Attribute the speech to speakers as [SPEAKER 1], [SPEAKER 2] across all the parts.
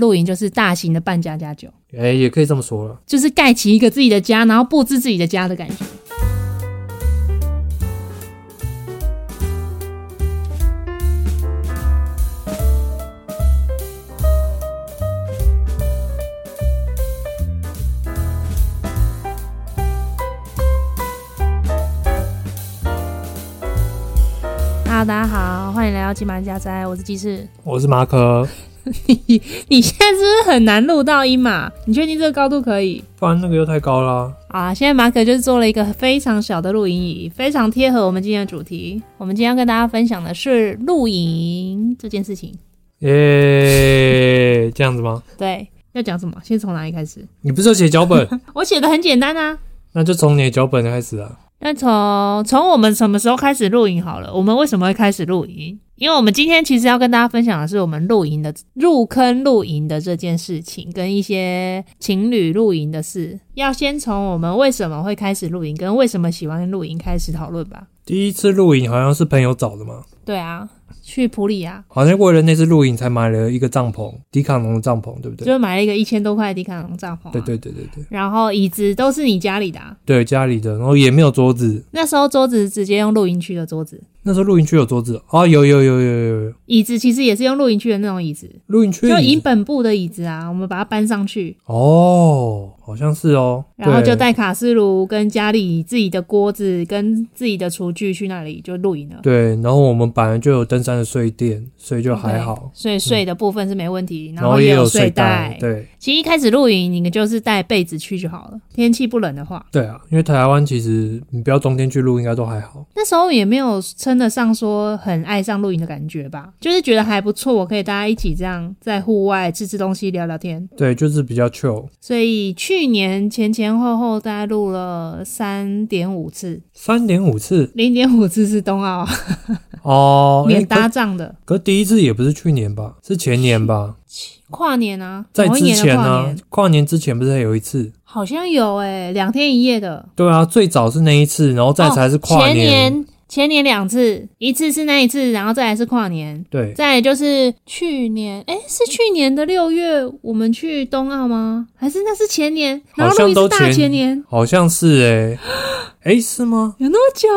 [SPEAKER 1] 露营就是大型的半家家酒，
[SPEAKER 2] 哎、也可以这么说了。
[SPEAKER 1] 就是盖起一个自己的家，然后布置自己的家的感觉。Hello，大家好，欢迎来到金马家宅，我是鸡翅。
[SPEAKER 2] 我是马可，
[SPEAKER 1] 你你现在是不是很难录到音嘛？你确定这个高度可以？
[SPEAKER 2] 不然那个又太高啦。
[SPEAKER 1] 啊，现在马可就是做了一个非常小的露营椅，非常贴合我们今天的主题。我们今天要跟大家分享的是露营这件事情。
[SPEAKER 2] 耶、这样子吗？
[SPEAKER 1] 对，要讲什么？先从哪里开始？
[SPEAKER 2] 你不是有写脚本？
[SPEAKER 1] 我写的很简单啊。
[SPEAKER 2] 那就从你的脚本开始啊。
[SPEAKER 1] 那从从我们什么时候开始露营好了？我们为什么会开始露营？因为我们今天其实要跟大家分享的是我们露营的入坑露营的这件事情，跟一些情侣露营的事。要先从我们为什么会开始露营，跟为什么喜欢露营开始讨论吧。
[SPEAKER 2] 第一次露营好像是朋友找的嘛，
[SPEAKER 1] 对啊，去普里啊，
[SPEAKER 2] 好像为了那次露营才买了一个帐篷，迪卡侬的帐篷，对不对？
[SPEAKER 1] 就买了一个一千多块的迪卡侬帐篷、
[SPEAKER 2] 对。对对对对
[SPEAKER 1] 然后椅子都是你家里的、啊，
[SPEAKER 2] 对，家里的，然后也没有桌子。
[SPEAKER 1] 那时候桌子直接用露营区的桌子，
[SPEAKER 2] 那时候露营区有桌子哦，有有有有有有，
[SPEAKER 1] 椅子其实也是用露营区的那种椅子，
[SPEAKER 2] 露营区
[SPEAKER 1] 就
[SPEAKER 2] 的椅
[SPEAKER 1] 银
[SPEAKER 2] 子
[SPEAKER 1] 本部的椅子啊，我们把它搬上去，
[SPEAKER 2] 哦，好像是哦。
[SPEAKER 1] 然后
[SPEAKER 2] 对
[SPEAKER 1] 就带卡式炉跟家里自己的锅子跟自己的厨具去那里就露营了。
[SPEAKER 2] 对，然后我们本来就有登山的睡垫，所以就还
[SPEAKER 1] OK，
[SPEAKER 2] 好。嗯
[SPEAKER 1] 所以睡的部分是没问题，
[SPEAKER 2] 然后
[SPEAKER 1] 也
[SPEAKER 2] 有
[SPEAKER 1] 睡
[SPEAKER 2] 袋，对
[SPEAKER 1] 其实一开始露营，你就是带被子去就好了，天气不冷的话。
[SPEAKER 2] 对啊，因为台湾其实你不要冬天去露，应该都还好。
[SPEAKER 1] 那时候也没有称得上说很爱上露营的感觉吧，就是觉得还不错，我可以大家一起这样在户外吃吃东西、聊聊天。
[SPEAKER 2] 对，就是比较 chill。
[SPEAKER 1] 所以去年前前后后大概录了三点五次，
[SPEAKER 2] 三点五次
[SPEAKER 1] 零点五次是冬奥
[SPEAKER 2] 哦，
[SPEAKER 1] 免
[SPEAKER 2] 诶
[SPEAKER 1] 搭帐的
[SPEAKER 2] 可可第一次也不是去年吧，是前年吧，
[SPEAKER 1] 跨年啊，
[SPEAKER 2] 在
[SPEAKER 1] 某一
[SPEAKER 2] 之
[SPEAKER 1] 年的
[SPEAKER 2] 前呢、
[SPEAKER 1] 跨年
[SPEAKER 2] 跨年之前不是还有一次？
[SPEAKER 1] 好像有诶、两天一夜的，哦
[SPEAKER 2] 对啊，最早是那一次，然后再才是跨
[SPEAKER 1] 前年前年两次，一次是那一次，然后再来是跨年。
[SPEAKER 2] 对，
[SPEAKER 1] 再来就是去年，哎、是去年的六月我们去冬奥吗？还是那是前年？然后
[SPEAKER 2] 好
[SPEAKER 1] 路
[SPEAKER 2] 像
[SPEAKER 1] 易
[SPEAKER 2] 都
[SPEAKER 1] 斯大
[SPEAKER 2] 前
[SPEAKER 1] 前年，
[SPEAKER 2] 好像是诶、欸，诶、是吗？
[SPEAKER 1] 有那么久？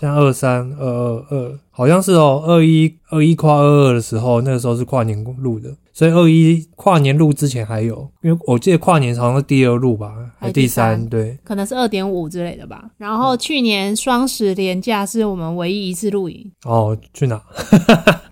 [SPEAKER 2] 像二三二二二，好像是哦，二一二一跨二二的时候，那个时候是跨年录的，所以二一跨年录之前还有，因为我记得跨年好像是第二录吧，
[SPEAKER 1] 还
[SPEAKER 2] 还是
[SPEAKER 1] 是
[SPEAKER 2] 第
[SPEAKER 1] 第
[SPEAKER 2] 三，
[SPEAKER 1] 三
[SPEAKER 2] 对
[SPEAKER 1] 可能是二点五之类的吧。然
[SPEAKER 2] 哦
[SPEAKER 1] 后去年双十连假是我们唯一一次露营，
[SPEAKER 2] 哦，去哪？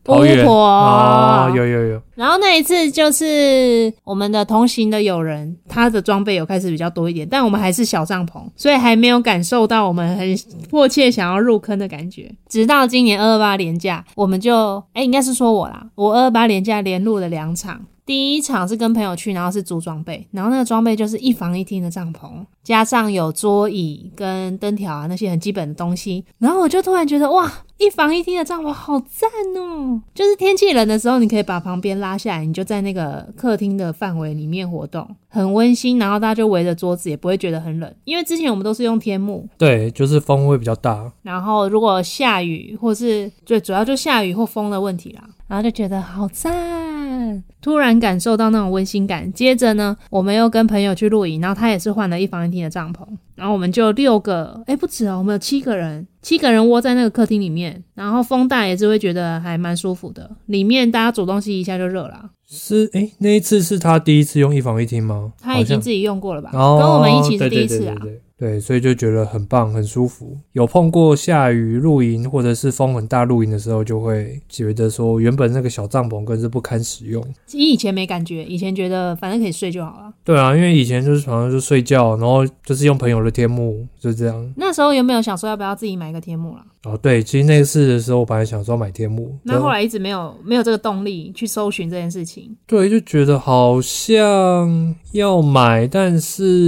[SPEAKER 1] 婆
[SPEAKER 2] 桃园
[SPEAKER 1] 婆、
[SPEAKER 2] 哦，有有有，
[SPEAKER 1] 然后那一次就是我们的同行的友人，他的装备有开始比较多一点，但我们还是小帐篷，所以还没有感受到我们很迫切想要入坑的感觉。直到今年二二八连假，我们就哎，应该是说我啦，我二二八连假连录了两场。第一场是跟朋友去，然后是租装备，然后那个装备就是一房一厅的帐篷，加上有桌椅跟灯条啊那些很基本的东西。然后我就突然觉得哇，一房一厅的帐篷好赞哦！就是天气冷的时候，你可以把旁边拉下来，你就在那个客厅的范围里面活动，很温馨。然后大家就围着桌子，也不会觉得很冷，因为之前我们都是用天幕。
[SPEAKER 2] 对，就是风会比较大，
[SPEAKER 1] 然后如果下雨，或是最主要就下雨或风的问题啦，然后就觉得好赞，突然感受到那种温馨感。接着呢，我们又跟朋友去露营，然后他也是换了一房一厅的帐篷，然后我们就六个，哎不止哦，我们有七个人，七个人窝在那个客厅里面，然后风大也是会觉得还蛮舒服的，里面大家煮东西一下就热了。
[SPEAKER 2] 是诶、那一次是他第一次用一房一厅吗？
[SPEAKER 1] 他已经
[SPEAKER 2] 好像
[SPEAKER 1] 自己用过了吧？
[SPEAKER 2] 哦，
[SPEAKER 1] 跟我们一起是第一次啊。
[SPEAKER 2] 对对对对对对，所以就觉得很棒，很舒服。有碰过下雨露营或者是风很大露营的时候，就会觉得说原本那个小帐篷更是不堪使用。
[SPEAKER 1] 以前没感觉，以前觉得反正可以睡就好了。
[SPEAKER 2] 对啊，因为以前就是常常就睡觉，然后就是用朋友的天幕，就这样。
[SPEAKER 1] 那时候有没有想说要不要自己买个天幕啦？
[SPEAKER 2] 哦，对，其实那次的时候，我本来想说买天幕，
[SPEAKER 1] 那后来一直没有没有这个动力去搜寻这件事情，
[SPEAKER 2] 对，就觉得好像要买，但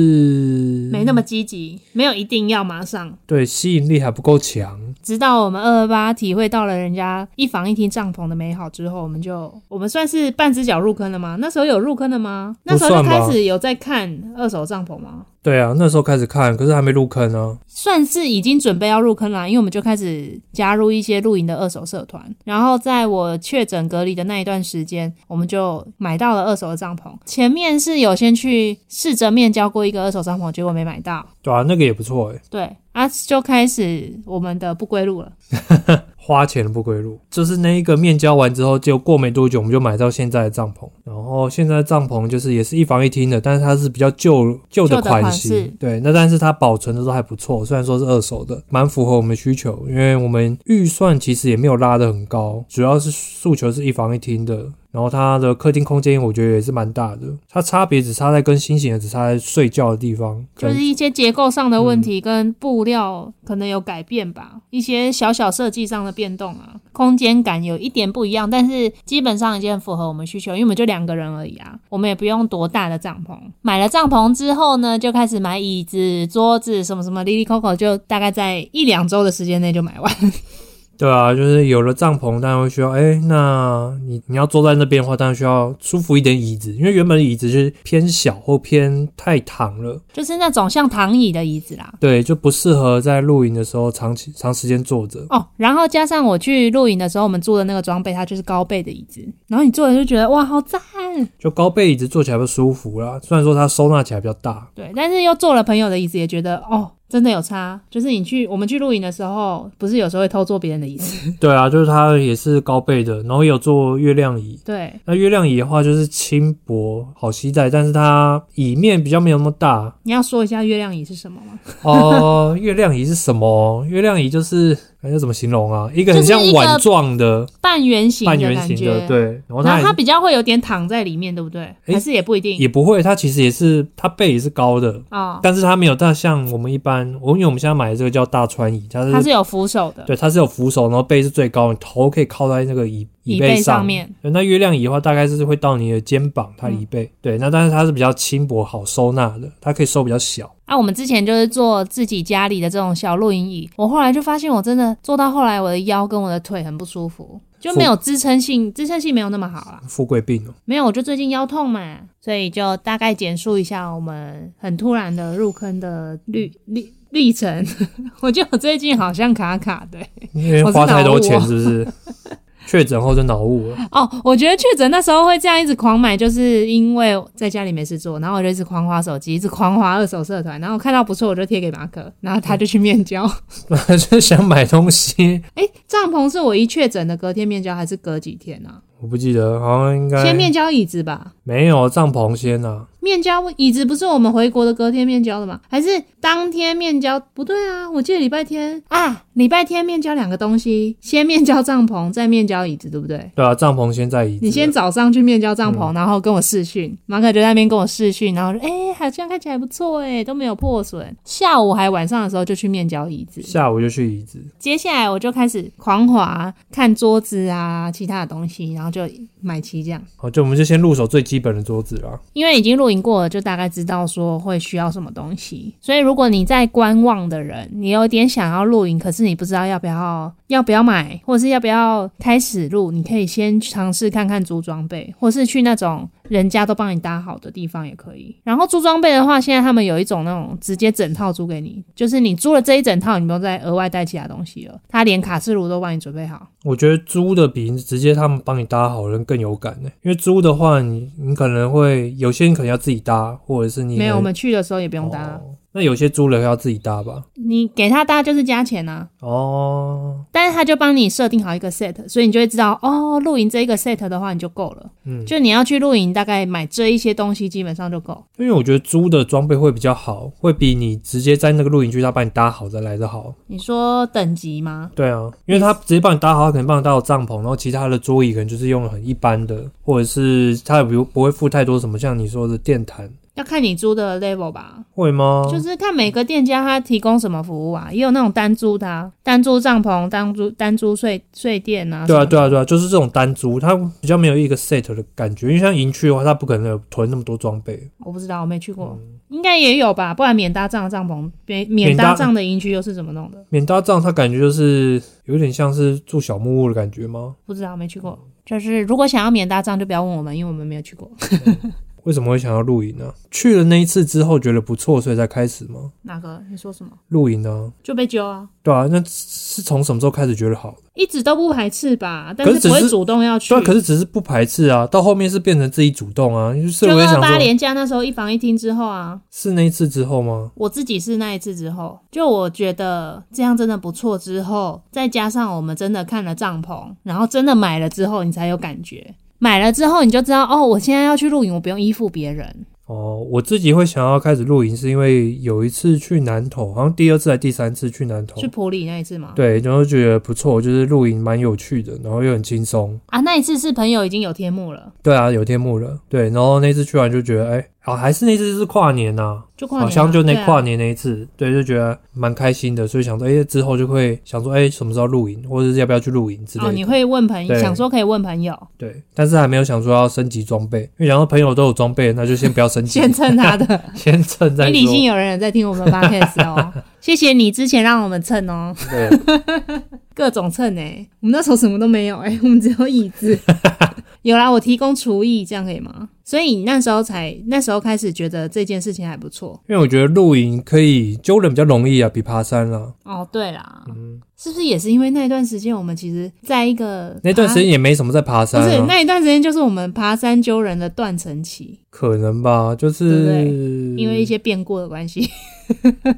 [SPEAKER 2] 是
[SPEAKER 1] 没那么积极，没有一定要马上。
[SPEAKER 2] 对吸引力还不够强。
[SPEAKER 1] 直到我们二二八体会到了人家一房一厅帐篷的美好之后，我们就我们算是半只脚入坑了吗？那时候有入坑的吗？那时候就
[SPEAKER 2] 不算吧
[SPEAKER 1] 开始有在看二手帐篷吗？
[SPEAKER 2] 对啊，那时候开始看，可是还没入坑啊。
[SPEAKER 1] 算是已经准备要入坑啦，因为我们就开始加入一些露营的二手社团。然后在我确诊隔离的那一段时间，我们就买到了二手的帐篷。前面是有先去试着面交过一个二手帐篷，结果没买到。
[SPEAKER 2] 对啊，那个也不错诶、
[SPEAKER 1] 对啊，就开始我们的不归路了。
[SPEAKER 2] 花钱的不归路，就是那一个面交完之后，就过没多久，我们就买到现在的帐篷。然后现在的帐篷就是也是一房一厅的，但是它是比较旧旧
[SPEAKER 1] 旧
[SPEAKER 2] 的
[SPEAKER 1] 的款
[SPEAKER 2] 款型
[SPEAKER 1] 式，
[SPEAKER 2] 对。那但是它保存的都还不错，虽然说是二手的，蛮符合我们需求，因为我们预算其实也没有拉得很高，主要是诉求是一房一厅的。然后它的客厅空间我觉得也是蛮大的，它差别只差在跟新型的只差在睡觉的地方，
[SPEAKER 1] 就
[SPEAKER 2] 跟
[SPEAKER 1] 是一些结构上的问题跟布料可能有改变吧，一些小小设计上的变动啊，空间感有一点不一样，但是基本上已经很符合我们需求，因为我们就两个人而已啊，我们也不用多大的帐篷。买了帐篷之后呢，就开始买椅子、桌子什么什么，Lily Coco 就大概在一两周的时间内就买完。
[SPEAKER 2] 对啊，就是有了帐篷，当然会需要。哎、那你你要坐在那边的话，当然需要舒服一点椅子，因为原本的椅子就是偏小或偏太躺了，
[SPEAKER 1] 就是那种像躺椅的椅子啦，
[SPEAKER 2] 对，就不适合在露营的时候长期长时间坐着。
[SPEAKER 1] 哦，然后加上我去露营的时候，我们租的那个装备，它就是高背的椅子，然后你坐了就觉得哇，好赞！
[SPEAKER 2] 就高背椅子坐起来会舒服啦，虽然说它收纳起来比较大，
[SPEAKER 1] 对，但是又坐了朋友的椅子，也觉得哦，真的有差。就是你去我们去露营的时候，不是有时候会偷坐别人的椅 子？
[SPEAKER 2] 对啊，就是它也是高背的，然后也有做月亮椅。
[SPEAKER 1] 对，
[SPEAKER 2] 那月亮椅的话就是轻薄好携带，但是它椅面比较没有那么大，
[SPEAKER 1] 你要说一下月亮椅是什么吗？
[SPEAKER 2] 哦，月亮仪是什么？月亮仪就是哎，要怎么形容啊？一个很像碗状的
[SPEAKER 1] 半圆形
[SPEAKER 2] 半
[SPEAKER 1] 的
[SPEAKER 2] 圆
[SPEAKER 1] 感
[SPEAKER 2] 形
[SPEAKER 1] 觉，
[SPEAKER 2] 的，。对。然后
[SPEAKER 1] 然
[SPEAKER 2] 它
[SPEAKER 1] 哦后它
[SPEAKER 2] 也
[SPEAKER 1] 比较会有点躺在里面，对不对？
[SPEAKER 2] 诶
[SPEAKER 1] 还是也不一定
[SPEAKER 2] 也不会，它其实也是它背也是高的，
[SPEAKER 1] 哦，
[SPEAKER 2] 但是它没有大像我们一般，我因为我们现在买的这个叫大川椅，它是
[SPEAKER 1] 它是有扶手的，
[SPEAKER 2] 对它是有扶手，然后背是最高，你头可以靠在那个椅
[SPEAKER 1] 椅
[SPEAKER 2] 背
[SPEAKER 1] 背上面。嗯
[SPEAKER 2] 对那月亮椅的话，大概是会到你的肩膀，它的椅背。对，那但是它是比较轻薄，好收纳的，它可以收比较小。
[SPEAKER 1] 啊，我们之前就是做自己家里的这种小露营椅，我后来就发现，我真的坐到后来，我的腰跟我的腿很不舒服，就没有支撑性，支撑性没有那么好啦。
[SPEAKER 2] 富贵病哦、
[SPEAKER 1] 没有，我就最近腰痛嘛，所以就大概简述一下我们很突然的入坑的历历历程。 我觉得我最近好像卡卡的欸、
[SPEAKER 2] 因 为
[SPEAKER 1] 我是
[SPEAKER 2] 花太多
[SPEAKER 1] 脑雾
[SPEAKER 2] 钱
[SPEAKER 1] 哦
[SPEAKER 2] 是不 是？确诊后就脑雾了。
[SPEAKER 1] 哦。我觉得确诊那时候会这样一直狂买，就是因为在家里没事做，然后我就一直狂花手机，一直狂花二手社团，然后看到不错我就贴给马可，然后他就去面交。
[SPEAKER 2] 就是想买东西，
[SPEAKER 1] 哎、帐篷是我一确诊的隔天面交，还是隔几天啊？
[SPEAKER 2] 我不记得，好像应该
[SPEAKER 1] 先面交椅子吧。
[SPEAKER 2] 没有帐篷先啊，
[SPEAKER 1] 面交椅子不是我们回国的隔天面交的吗？还是当天面交？不对啊，我记得礼拜天啊，礼拜天面交两个东西，先面交帐篷，再面交椅子，对不对？
[SPEAKER 2] 对啊，帐篷先在椅子，
[SPEAKER 1] 你先早上去面交帐
[SPEAKER 2] 嗯
[SPEAKER 1] 篷，然后跟我视讯，马可就在那边跟我视讯，然后说：“哎、好像看起来不错哎，都没有破损。”下午还晚上的时候就去面交椅子，
[SPEAKER 2] 下午就去椅子，
[SPEAKER 1] 接下来我就开始狂滑看桌子啊，其他的东西，然后就买齐这样。
[SPEAKER 2] 好，哦就我们就先入手最基本的桌子啦。
[SPEAKER 1] 因为已经露营过了，就大概知道说会需要什么东西。所以如果你在观望的人，你有点想要露营，可是你不知道要不要要不要买，或者是要不要开始露，你可以先尝试看看租装备，或是去那种人家都帮你搭好的地方也可以。然后租装备的话，现在他们有一种那种直接整套租给你，就是你租了这一整套，你不用再额外带其他东西了，他连卡式炉都帮你准备好。
[SPEAKER 2] 我觉得租的比直接他们帮你搭好人更有感呢、因为租的话你，你可能会有些你可能要自己搭，或者是你
[SPEAKER 1] 没有，我
[SPEAKER 2] 很
[SPEAKER 1] 们去的时候也不用搭，
[SPEAKER 2] 哦那有些租了要自己搭吧？
[SPEAKER 1] 你给他搭就是加钱啊。
[SPEAKER 2] 哦，
[SPEAKER 1] 但是他就帮你设定好一个 set，所以你就会知道哦，露营这一个 set 的话你就够了。
[SPEAKER 2] 嗯
[SPEAKER 1] 就你要去露营，大概买这一些东西基本上就够。
[SPEAKER 2] 因为我觉得租的装备会比较好，会比你直接在那个露营区他帮你搭好的来的好。
[SPEAKER 1] 你说等级吗？
[SPEAKER 2] 对啊，因为他直接帮你搭好，他可能帮你搭好帐篷，然后其他的桌椅可能就是用很一般的，或者是他也不不会附太多什么，像你说的电毯，
[SPEAKER 1] 要看你租的 level 吧，
[SPEAKER 2] 会吗？
[SPEAKER 1] 就是看每个店家他提供什么服务啊，也有那种单租的、啊，单租帐篷、单租单租睡睡垫啊。
[SPEAKER 2] 对啊，
[SPEAKER 1] 什么的
[SPEAKER 2] 对啊，对啊，就是这种单租，它比较没有一个 set 的感觉，因为像营区的话，它不可能有囤那么多装备。
[SPEAKER 1] 我不知道，我没去过，
[SPEAKER 2] 嗯
[SPEAKER 1] 应该也有吧，不然免搭帐的帐篷，免免搭帐的营区又是怎么弄的？
[SPEAKER 2] 免搭帐，它感觉就是有点像是住小木屋的感觉吗？嗯
[SPEAKER 1] 不知道，没去过。就是如果想要免搭帐，就不要问我们，因为我们没有去过。
[SPEAKER 2] 为什么会想要露营呢、去了那一次之后觉得不错，所以才开始吗？
[SPEAKER 1] 哪个？你说什么？
[SPEAKER 2] 露营呢、
[SPEAKER 1] 就被揪啊？
[SPEAKER 2] 对啊，那是从什么时候开始觉得好？
[SPEAKER 1] 一直都不排斥吧，但
[SPEAKER 2] 可是
[SPEAKER 1] 不
[SPEAKER 2] 只
[SPEAKER 1] 会
[SPEAKER 2] 是
[SPEAKER 1] 主动要去。
[SPEAKER 2] 对啊，可是只是不排斥啊，到后面是变成自己主动啊，就是
[SPEAKER 1] 就
[SPEAKER 2] 我也
[SPEAKER 1] 二
[SPEAKER 2] 想
[SPEAKER 1] 八
[SPEAKER 2] 说，
[SPEAKER 1] 连假那时候一房一厅之后啊，
[SPEAKER 2] 是那一次之后吗？
[SPEAKER 1] 我自己是那一次之后，就我觉得这样真的不错。之后再加上我们真的看了帐篷，然后真的买了之后，你才有感觉。买了之后你就知道哦，我现在要去露营，我不用依附别人。
[SPEAKER 2] 哦，我自己会想要开始露营，是因为有一次去南投，好像第二次还第三次去南投
[SPEAKER 1] 去，普里那一次嘛，
[SPEAKER 2] 哦对，然后觉得不错，就是露营蛮有趣的，然后又很轻松。
[SPEAKER 1] 啊，那一次是朋友已经有天幕了，
[SPEAKER 2] 对啊，有天幕了，对，然后那次去完就觉得，哎、啊，还是那次是跨年呐、
[SPEAKER 1] 就跨年啊、
[SPEAKER 2] 好像就那
[SPEAKER 1] 对啊
[SPEAKER 2] 跨年那一次，对，就觉得蛮开心的，所以想说，哎、之后就会想说，哎、什么时候露营，或者是要不要去露营之类
[SPEAKER 1] 哦，
[SPEAKER 2] 的。
[SPEAKER 1] 你会问朋友，
[SPEAKER 2] 对
[SPEAKER 1] 想说可以问朋友，
[SPEAKER 2] 对，但是还没有想说要升级装备，因为想到朋友都有装备，那就先不要升级，
[SPEAKER 1] 先蹭他的，
[SPEAKER 2] 先蹭
[SPEAKER 1] 因
[SPEAKER 2] 再
[SPEAKER 1] 为
[SPEAKER 2] 说。
[SPEAKER 1] 已经有人有在听我们的 podcast 哦，谢谢你之前让我们蹭哦，
[SPEAKER 2] 对，
[SPEAKER 1] 各种蹭哎、我们那时候什么都没有哎、 我们只有椅 子。有啦，我提供厨艺，这样可以吗？所以你那时候才那时候开始觉得这件事情还不错
[SPEAKER 2] 因为我觉得露营可以揪人比较容易啊，比爬山啦、
[SPEAKER 1] 哦。对啦，是不是也是因为那段时间我们其实在一个
[SPEAKER 2] 那段时
[SPEAKER 1] 爬
[SPEAKER 2] 间也没什么在爬山、
[SPEAKER 1] 不是
[SPEAKER 2] 啊，
[SPEAKER 1] 那一段时间就是我们爬山揪人的断层期，
[SPEAKER 2] 可能吧，就是
[SPEAKER 1] 对不对
[SPEAKER 2] 嗯
[SPEAKER 1] 因为一些变故的关系。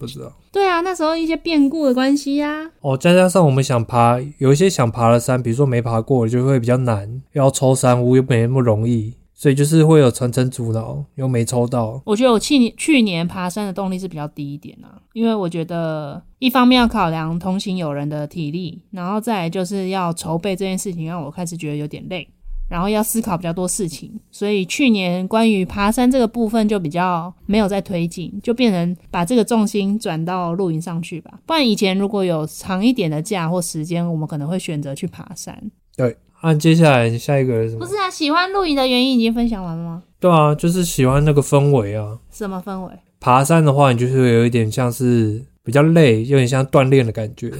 [SPEAKER 2] 不知道
[SPEAKER 1] 对啊，那时候一些变故的关系呀、啊。
[SPEAKER 2] 哦，再加上我们想爬，有一些想爬的山，比如说没爬过，就会比较难，要抽山屋又没那么容易，所以就是会有层层阻挠，又没抽到。
[SPEAKER 1] 我觉得我去年去年爬山的动力是比较低一点啊，因为我觉得一方面要考量同行友人的体力，然后再来就是要筹备这件事情，让我开始觉得有点累，然后要思考比较多事情，所以去年关于爬山这个部分就比较没有再推进，就变成把这个重心转到露营上去吧。不然以前如果有长一点的假或时间，我们可能会选择去爬山。
[SPEAKER 2] 对，按、接下来下一个是什
[SPEAKER 1] 不
[SPEAKER 2] 么？
[SPEAKER 1] 是啊，喜欢露营的原因已经分享完了吗？
[SPEAKER 2] 对啊，就是喜欢那个氛围啊。
[SPEAKER 1] 什么氛围？
[SPEAKER 2] 爬山的话，你就是会有一点像是比较累，有点像锻炼的感 觉。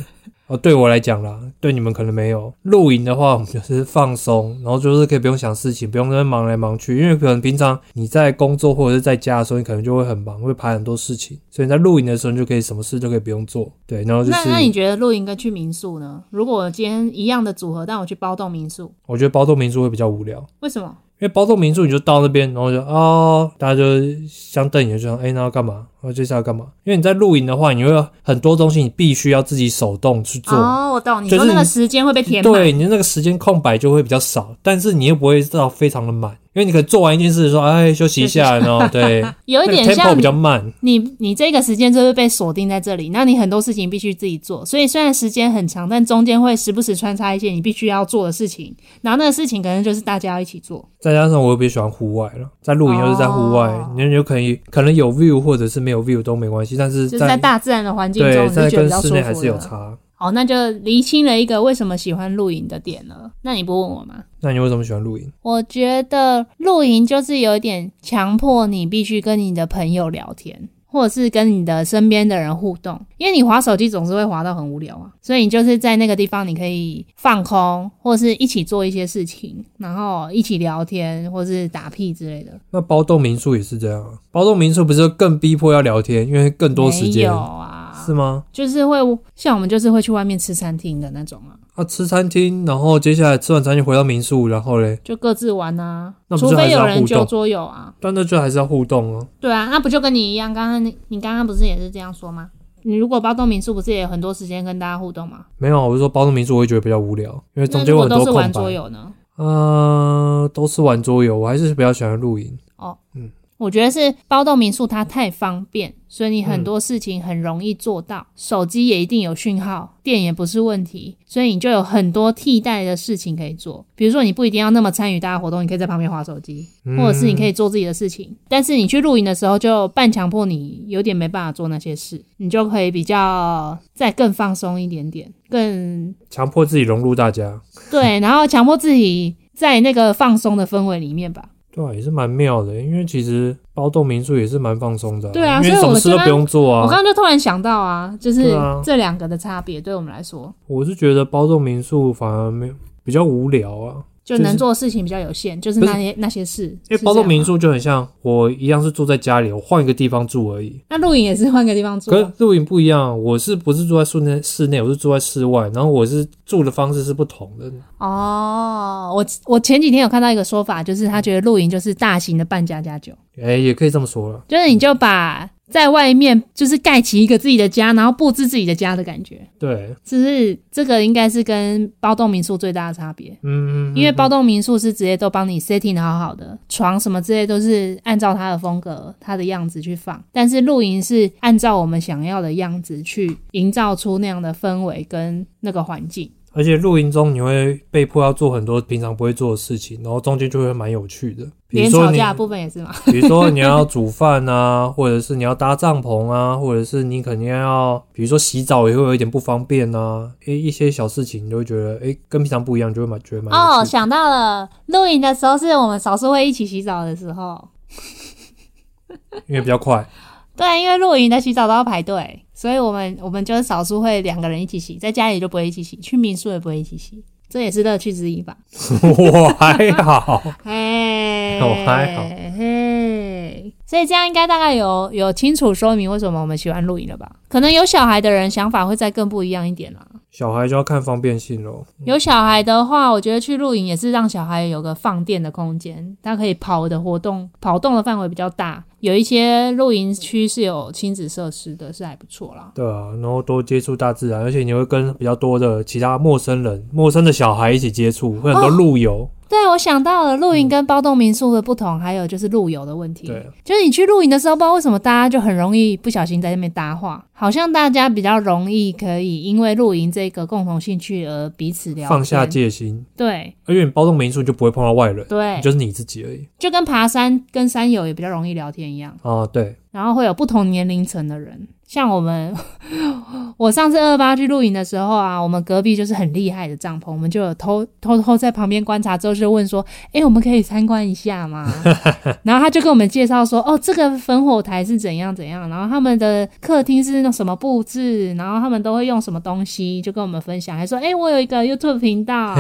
[SPEAKER 2] 哦，对我来讲啦，对你们可能没有。露营的话，我们就是放松，然后就是可以不用想事情，不用在那边忙来忙去。因为可能平常你在工作或者是在家的时候，你可能就会很忙，会排很多事情，所以你在露营的时候，你就可以什么事都可以不用做。对，然后就
[SPEAKER 1] 那那你
[SPEAKER 2] 是
[SPEAKER 1] 觉得露营跟去民宿呢？如果我今天一样的组合，但我去包栋民宿，
[SPEAKER 2] 我觉得包栋民宿会比较无聊，
[SPEAKER 1] 为什么？
[SPEAKER 2] 因为包栋民宿你就到那边，然后就哦，大家就相瞪眼，就想哎，那要干嘛？然后接下来要干嘛？因为你在露营的话，你会有很多东西你必须要自己手动去做。
[SPEAKER 1] 哦，我懂，你
[SPEAKER 2] 就
[SPEAKER 1] 说
[SPEAKER 2] 是
[SPEAKER 1] 那个
[SPEAKER 2] 你
[SPEAKER 1] 时间会被填满，
[SPEAKER 2] 对你的那个时间空白就会比较少，但是你又不会到非常的满，因为你可能做完一件事说，哎，休息一下，然后 对，
[SPEAKER 1] 有一
[SPEAKER 2] 那个
[SPEAKER 1] 点
[SPEAKER 2] tempo
[SPEAKER 1] 像
[SPEAKER 2] 比较慢，
[SPEAKER 1] 你你这个时间就是被锁定在这里，那你很多事情必须自己做，所以虽然时间很长，但中间会时不时穿插一些你必须要做的事情，然后那个事情可能就是大家要一起做。
[SPEAKER 2] 再加上我又比较喜欢户外了，在露营又是在户外，
[SPEAKER 1] 哦
[SPEAKER 2] 你有可能可能有 view 或者是没有 view 都没关系，但是
[SPEAKER 1] 就是在大自然的环境中，
[SPEAKER 2] 对
[SPEAKER 1] 你就
[SPEAKER 2] 在
[SPEAKER 1] 觉得
[SPEAKER 2] 跟
[SPEAKER 1] 比较舒
[SPEAKER 2] 室内还
[SPEAKER 1] 服
[SPEAKER 2] 是有
[SPEAKER 1] 了。
[SPEAKER 2] 差。
[SPEAKER 1] 好，那就厘清了一个为什么喜欢露营的点了。那你不问我吗？
[SPEAKER 2] 那你为什么喜欢露营？
[SPEAKER 1] 我觉得露营就是有点强迫你必须跟你的朋友聊天，或者是跟你的身边的人互动，因为你划手机总是会划到很无聊啊，所以你就是在那个地方你可以放空，或是一起做一些事情，然后一起聊天，或是打屁之类的。
[SPEAKER 2] 那包栋民宿也是这样啊，包栋民宿不是更逼迫要聊天，因为更多时
[SPEAKER 1] 没
[SPEAKER 2] 间
[SPEAKER 1] 有啊
[SPEAKER 2] 是，吗？
[SPEAKER 1] 就是会像我们就是会去外面吃餐厅的那种啊，
[SPEAKER 2] 啊，吃餐厅，然后接下来吃完餐厅回到民宿，然后嘞，
[SPEAKER 1] 就各自玩啊，
[SPEAKER 2] 那不
[SPEAKER 1] 除
[SPEAKER 2] 是还
[SPEAKER 1] 非
[SPEAKER 2] 是要
[SPEAKER 1] 有
[SPEAKER 2] 互
[SPEAKER 1] 人
[SPEAKER 2] 动
[SPEAKER 1] 就桌游啊。
[SPEAKER 2] 但那就还是要互动哦、
[SPEAKER 1] 对啊，那不就跟你一样？刚刚你你刚刚不是也是这样说吗？你如果包栋民宿，不是也有很多时间跟大家互动吗？
[SPEAKER 2] 没有，啊我是说包栋民宿，我会觉得比较无聊，因为中
[SPEAKER 1] 那
[SPEAKER 2] 间
[SPEAKER 1] 如果
[SPEAKER 2] 有很
[SPEAKER 1] 都
[SPEAKER 2] 多
[SPEAKER 1] 是
[SPEAKER 2] 空
[SPEAKER 1] 玩
[SPEAKER 2] 白。
[SPEAKER 1] 桌游呢？
[SPEAKER 2] 呃，都是玩桌游，我还是比较喜欢露营。
[SPEAKER 1] 我觉得是包栋民宿它太方便，所以你很多事情很容易做到，手机也一定有讯号，电也不是问题，所以你就有很多替代的事情可以做。比如说，你不一定要那么参与大家活动，你可以在旁边划手机，或者是你可以做自己的事情。但是你去露营的时候，就半强迫你有点没办法做那些事，你就可以比较再更放松一点点，更
[SPEAKER 2] 强迫自己融入大家，
[SPEAKER 1] 对，然后强迫自己在那个放松的氛围里面吧。
[SPEAKER 2] 对啊，也是蛮妙的。因为其实包栋民宿也是蛮放松的、
[SPEAKER 1] 对啊
[SPEAKER 2] 因
[SPEAKER 1] 所
[SPEAKER 2] 为
[SPEAKER 1] 以
[SPEAKER 2] 什
[SPEAKER 1] 我
[SPEAKER 2] 么事
[SPEAKER 1] 刚
[SPEAKER 2] 都
[SPEAKER 1] 刚
[SPEAKER 2] 不用做
[SPEAKER 1] 我刚
[SPEAKER 2] 啊。
[SPEAKER 1] 刚就突然想到啊，就是
[SPEAKER 2] 对啊
[SPEAKER 1] 这两个的差别，对我们来说，
[SPEAKER 2] 我是觉得包栋民宿反而没有比较无聊啊。
[SPEAKER 1] 就能做的事情比较有限，就是那些那些事。
[SPEAKER 2] 因为
[SPEAKER 1] 是
[SPEAKER 2] 包
[SPEAKER 1] 这
[SPEAKER 2] 栋
[SPEAKER 1] 样
[SPEAKER 2] 民
[SPEAKER 1] 吗，
[SPEAKER 2] 宿就很像我一样是住在家里，我换一个地方住而已。
[SPEAKER 1] 那露营也是换个地方住
[SPEAKER 2] 可是
[SPEAKER 1] 啊。
[SPEAKER 2] 露营不一样，我是不是住在室内？室内我是住在室外，然后我是住的方式是不同的。
[SPEAKER 1] 哦，我我前几天有看到一个说法，就是他觉得露营就是大型的办家家酒，
[SPEAKER 2] 哎、也可以这么说了。
[SPEAKER 1] 就是你就把在外面就是盖起一个自己的家，然后布置自己的家的感觉。
[SPEAKER 2] 对，
[SPEAKER 1] 只是这个应该是跟包栋民宿最大的差别，
[SPEAKER 2] 嗯，
[SPEAKER 1] 因为包栋民宿是直接都帮你 setting 得好好的，床什么之类都是按照它的风格、它的样子去放。但是露营是按照我们想要的样子去营造出那样的氛围跟那个环境。
[SPEAKER 2] 而且露营中你会被迫要做很多平常不会做的事情，然后中间就会蛮有趣的。比如
[SPEAKER 1] 连
[SPEAKER 2] 说
[SPEAKER 1] 吵
[SPEAKER 2] 你，
[SPEAKER 1] 架的部分也是嘛，
[SPEAKER 2] 比如说你要煮饭啊，或者是你要搭帐篷啊，或者是你肯定要，比如说洗澡也会有一点不方便啊，一一些小事情你就会觉得，哎、跟平常不一样，就会蛮觉得蛮有
[SPEAKER 1] 哦，
[SPEAKER 2] 趣的。
[SPEAKER 1] 想到了，露营的时候是我们少数会一起洗澡的时候。
[SPEAKER 2] 因为比较快。
[SPEAKER 1] 对，因为露营的洗澡都要排队，所以我们我们就是少数会两个人一起洗，在家里就不会一起洗，去民宿也不会一起洗，这也是乐趣之一吧。
[SPEAKER 2] 我还好，
[SPEAKER 1] 哦嘿，
[SPEAKER 2] 我还好
[SPEAKER 1] 嘿，所以这样应该大概有有清楚说明为什么我们喜欢露营了吧？可能有小孩的人想法会再更不一样一点啦。
[SPEAKER 2] 小孩就要看方便性咯。
[SPEAKER 1] 有小孩的话，我觉得去露营也是让小孩有个放电的空间，他可以跑的活动、跑动的范围比较大。有一些露营区是有亲子设施的，是还不错啦。
[SPEAKER 2] 对啊，然后多接触大自然，而且你会跟比较多的其他陌生人、陌生的小孩一起接触，会很多路由。
[SPEAKER 1] 对，我想到了露营跟包栋民宿的不同，还有就是路由的问题。
[SPEAKER 2] 嗯对，
[SPEAKER 1] 就是你去露营的时候，不知道为什么大家就很容易不小心在那边搭话，好像大家比较容易可以因为露营这个共同兴趣而彼此聊天
[SPEAKER 2] 放下戒心，
[SPEAKER 1] 对
[SPEAKER 2] 因为你包栋民宿就不会碰到外人，
[SPEAKER 1] 对
[SPEAKER 2] 你，就是你自己而已
[SPEAKER 1] 就跟爬山跟山友也比较容易聊天一样。
[SPEAKER 2] 啊。对，
[SPEAKER 1] 然后会有不同年龄层的人，像我们， 我上次二八去露营的时候啊，我们隔壁就是很厉害的帐篷，我们就有偷偷偷在旁边观察，之后就问说：“诶，我们可以参观一下吗？”然后他就跟我们介绍说：“哦，这个烽火台是怎样怎样，然后他们的客厅是那什么布置，然后他们都会用什么东西，就跟我们分享，还说：‘诶，我有一个 YouTube 频道，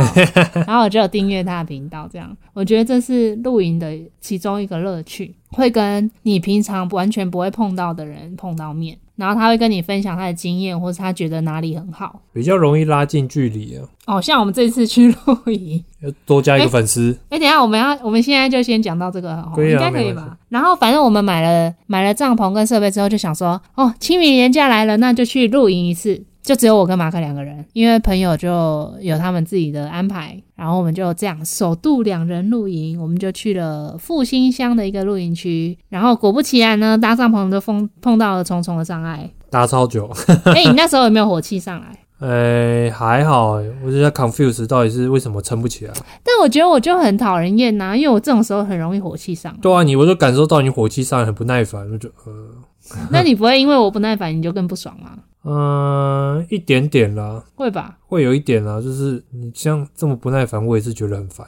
[SPEAKER 1] 然后我就有订阅他的频道，这样我觉得这是露营的其中一个乐趣，会跟你平常完全不会碰到的人碰到面，然后他会跟你分享他的经验，或是他觉得哪里很好。
[SPEAKER 2] 比较容易拉近距离啊。
[SPEAKER 1] 哦，像我们这次去 露营，
[SPEAKER 2] 要多加一
[SPEAKER 1] 哎
[SPEAKER 2] 个粉丝，
[SPEAKER 1] 哎、等一下我们要，我们现在就先讲到这个好了，
[SPEAKER 2] 可以啊
[SPEAKER 1] 应该可以
[SPEAKER 2] 没问
[SPEAKER 1] 吧？然后反正我们买了买了帐篷跟设备之后，就想说，哦，清明年假来了，那就去露营一次。就只有我跟马克两个人，因为朋友就有他们自己的安排，然后我们就这样首度两人露营，我们就去了复兴乡的一个露营区，然后果不其然呢，搭帐篷就碰碰到了重重的障 碍。
[SPEAKER 2] 搭超久。
[SPEAKER 1] 哎、你那时候有没有火气上来？
[SPEAKER 2] 哎，还好，我就在 confuse 到底是为什么撑不起来。
[SPEAKER 1] 但我觉得我就很讨人厌呐、因为我这种时候很容易火气上 来。
[SPEAKER 2] 对啊，你我就感受到你火气上来很不耐烦，我就呃
[SPEAKER 1] 那你不会因为我不耐烦你就更不爽吗？
[SPEAKER 2] 嗯、一点点啦，
[SPEAKER 1] 会吧？
[SPEAKER 2] 会有一点啦，就是你像这么不耐烦，我也是觉得很烦。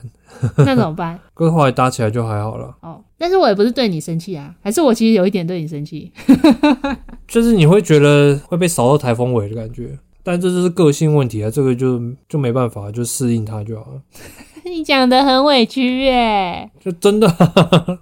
[SPEAKER 1] 那怎么办？
[SPEAKER 2] 可是后来搭起来就还好了，
[SPEAKER 1] 哦，但是我也不是对你生气啊，还是我其实有一点对你生气。
[SPEAKER 2] 就是你会觉得会被扫到台风尾的感觉。但这就是个性问题啊，这个就就没办法，就适应它就好了。
[SPEAKER 1] 你讲的很委屈耶，
[SPEAKER 2] 就真的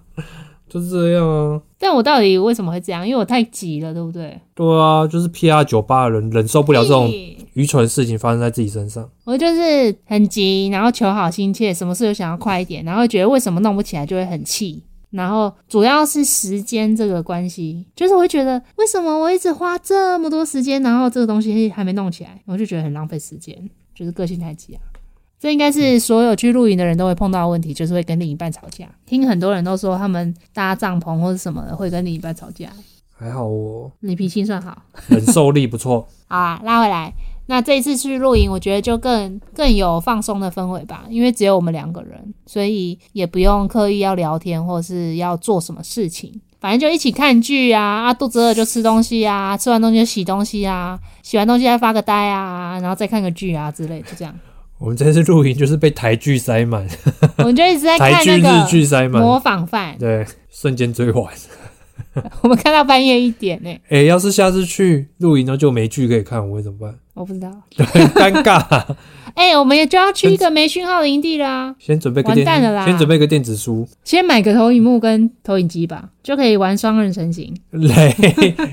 [SPEAKER 2] 就这样啊。
[SPEAKER 1] 但我到底为什么会这样？因为我太急了，对不对？
[SPEAKER 2] 对啊，就是 P R 酒吧的人忍受不
[SPEAKER 1] 不
[SPEAKER 2] 了这种愚蠢的事情发生在自己身上。
[SPEAKER 1] 我就是很急，然后求好心切，什么事都想要快一点，然后觉得为什么弄不起来就会很气。然后主要是时间这个关系，就是我会觉得为什么我一直花这么多时间，然后这个东西还没弄起来，我就觉得很浪费时间，就是个性太急啊。这应该是所有去露营的人都会碰到的问题，就是会跟另一半吵架。听很多人都说他们搭帐篷或者什么的会跟另一半吵架，
[SPEAKER 2] 还好我
[SPEAKER 1] 你脾气算好。
[SPEAKER 2] 忍受力不错，
[SPEAKER 1] 好啊，拉回来。那这一次去露营，我觉得就更更有放松的氛围吧，因为只有我们两个人，所以也不用刻意要聊天或是要做什么事情，反正就一起看剧啊，啊肚子饿就吃东西啊，吃完东西就洗东西啊，洗完东西再发个呆啊，然后再看个剧啊之类，就这样。
[SPEAKER 2] 我们这次露营就是被台剧塞满，
[SPEAKER 1] 我们就一直在
[SPEAKER 2] 台
[SPEAKER 1] 看
[SPEAKER 2] 剧、
[SPEAKER 1] 那
[SPEAKER 2] 日
[SPEAKER 1] 个
[SPEAKER 2] 剧塞满，
[SPEAKER 1] 模仿犯，
[SPEAKER 2] 对，瞬间追完。
[SPEAKER 1] 我们看到半夜一点呢、
[SPEAKER 2] 哎、要是下次去露营，那就没剧可以看，我会怎么办？
[SPEAKER 1] 我不知道。
[SPEAKER 2] 很尴尬、
[SPEAKER 1] 哎、我们也就要去一个没讯号的营地啦，
[SPEAKER 2] 先准备个
[SPEAKER 1] 完
[SPEAKER 2] 电，
[SPEAKER 1] 蛋了啦
[SPEAKER 2] 先准备个电子书。
[SPEAKER 1] 先买个投影幕跟投影机吧，就可以玩双人成行。
[SPEAKER 2] 累，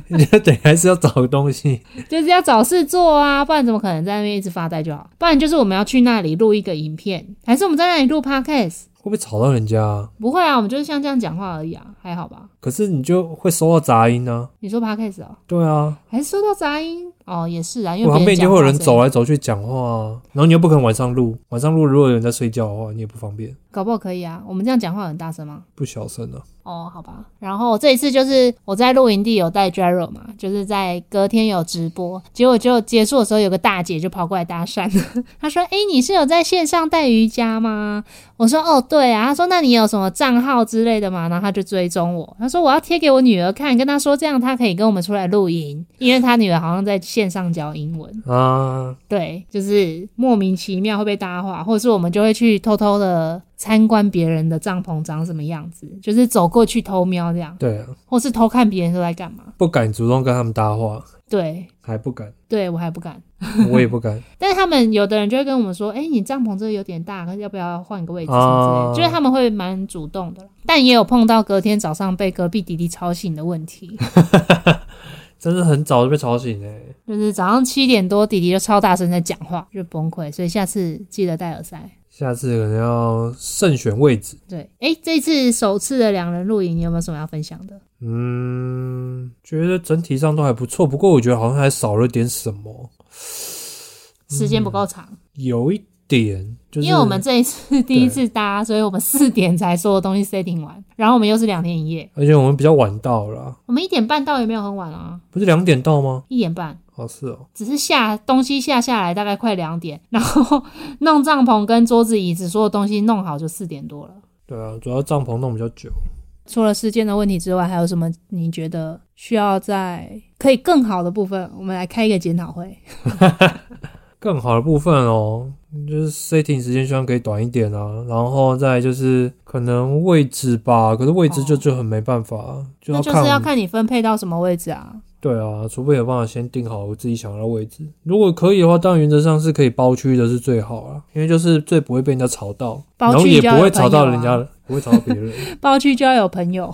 [SPEAKER 2] 你 就等还是要找个东西。
[SPEAKER 1] 就是要找事做啊，不然怎么可能在那边一直发呆就好？不然就是我们要去那里录一个影片，还是我们在那里录 podcast？
[SPEAKER 2] 会不会吵到人家、啊？
[SPEAKER 1] 不会啊，我们就是像这样讲话而已啊，还好吧？
[SPEAKER 2] 可是你就会收到杂音呢、
[SPEAKER 1] 你说 podcast 哦，
[SPEAKER 2] 啊。对啊，
[SPEAKER 1] 还是收到杂音哦，也是啊，因为
[SPEAKER 2] 我旁边一定
[SPEAKER 1] 就
[SPEAKER 2] 会有人走，来走去讲话啊，然后你又不可能晚上录，晚上录如果有人在睡觉的话，你也不方便，
[SPEAKER 1] 搞不好可以啊。我们这样讲话很大声吗？
[SPEAKER 2] 不小声啊。
[SPEAKER 1] 哦，好吧。然后这一次就是我在露营地有带 Jero 嘛，就是在隔天有直播，结果就结束的时候有个大姐就跑过来搭讪， 她说：“诶，你是有在线上带瑜伽吗？”我说：“哦，对啊。”她说：“那你有什么账号之类的吗？”然后她就追踪我，她说：“我要贴给我女儿看，跟她说这样她可以跟我们出来露营，因为她女儿好像在线上教英文。”
[SPEAKER 2] 啊，
[SPEAKER 1] 对，就是莫名其妙会被搭话，或者是我们就会去偷偷的参观别人的帐篷长什么样子，就是走过去偷瞄这样，
[SPEAKER 2] 对啊，
[SPEAKER 1] 或是偷看别人都在干嘛。
[SPEAKER 2] 不敢主动跟他们搭话，
[SPEAKER 1] 对，
[SPEAKER 2] 还不敢，
[SPEAKER 1] 对我还不敢。
[SPEAKER 2] 我也不敢。
[SPEAKER 1] 但是他们有的人就会跟我们说：“哎、你帐篷这有点大，要不要换个位置什么之类的。
[SPEAKER 2] 啊
[SPEAKER 1] 就是他们会蛮主动的啦，但也有碰到隔天早上被隔壁弟弟吵醒的问 题，
[SPEAKER 2] 真的很早就被吵醒哎、
[SPEAKER 1] 就是早上七点多弟弟就超大声在讲话，就崩溃。所以下次记得戴耳塞。
[SPEAKER 2] 下次可能要慎选位置。
[SPEAKER 1] 对，哎，这次首次的两人露营，你有没有什么要分享的？
[SPEAKER 2] 嗯，觉得整体上都还不错，不过我觉得好像还少了点什么，
[SPEAKER 1] 时间不够长，
[SPEAKER 2] 有一点就是
[SPEAKER 1] 因为我们这一次第一次搭，所以我们四点才所有东西 setting 完，然后我们又是两天一夜，
[SPEAKER 2] 而且我们比较晚到啦，
[SPEAKER 1] 我们一点半到也没有很晚啊，
[SPEAKER 2] 不是两点到吗？
[SPEAKER 1] 一点半。
[SPEAKER 2] 哦，是哦，
[SPEAKER 1] 只是下东西下下来大概快两点， 然后弄帐篷跟桌子椅子所有东西弄好就四点多了。
[SPEAKER 2] 对啊，主要帐篷弄比较久。
[SPEAKER 1] 除了时间的问题之外，还有什么你觉得需要在可以更好的部分，我们来开一个检讨会？
[SPEAKER 2] 更好的部分哦，就是 setting 时间希望可以短一点啊，然后再来就是可能位置吧，可是位置就
[SPEAKER 1] 哦
[SPEAKER 2] 就很没办法，就
[SPEAKER 1] 那
[SPEAKER 2] 要
[SPEAKER 1] 就
[SPEAKER 2] 看
[SPEAKER 1] 是要
[SPEAKER 2] 我们
[SPEAKER 1] 看你分配到什么位置啊。
[SPEAKER 2] 对啊，除非有办法先定好我自己想要的位置，如果可以的话，当然原则上是可以包区的是最好啊，因为就是最不会被人家吵到，
[SPEAKER 1] 包区
[SPEAKER 2] 然后也
[SPEAKER 1] 比较
[SPEAKER 2] 不会
[SPEAKER 1] 有朋
[SPEAKER 2] 吵到
[SPEAKER 1] 友
[SPEAKER 2] 人
[SPEAKER 1] 啊
[SPEAKER 2] 家，不会吵到别人，
[SPEAKER 1] 包区就要有朋友，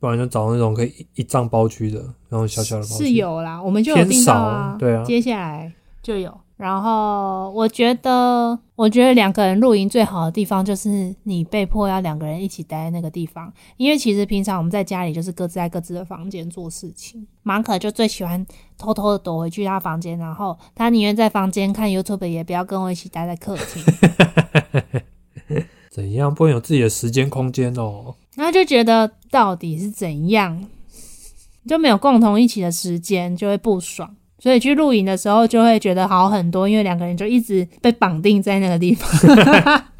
[SPEAKER 2] 不然就找那种可以一一丈包区的，然后小小的包区
[SPEAKER 1] 是有啦，我们就有
[SPEAKER 2] 偏
[SPEAKER 1] 定
[SPEAKER 2] 少
[SPEAKER 1] 到
[SPEAKER 2] 啊
[SPEAKER 1] 啊，，
[SPEAKER 2] 对啊，
[SPEAKER 1] 接下来就有。然后我觉得，我觉得两个人露营最好的地方就是你被迫要两个人一起待在那个地方，因为其实平常我们在家里就是各自在各自的房间做事情。马可就最喜欢偷偷的躲回去他房间，然后他宁愿在房间看 YouTube，也不要跟我一起待在客厅。
[SPEAKER 2] 怎样不能有自己的时间空间哦？
[SPEAKER 1] 然后就觉得到底是怎样，就没有共同一起的时间，就会不爽。所以去露营的时候就会觉得好很多，因为两个人就一直被绑定在那个地方。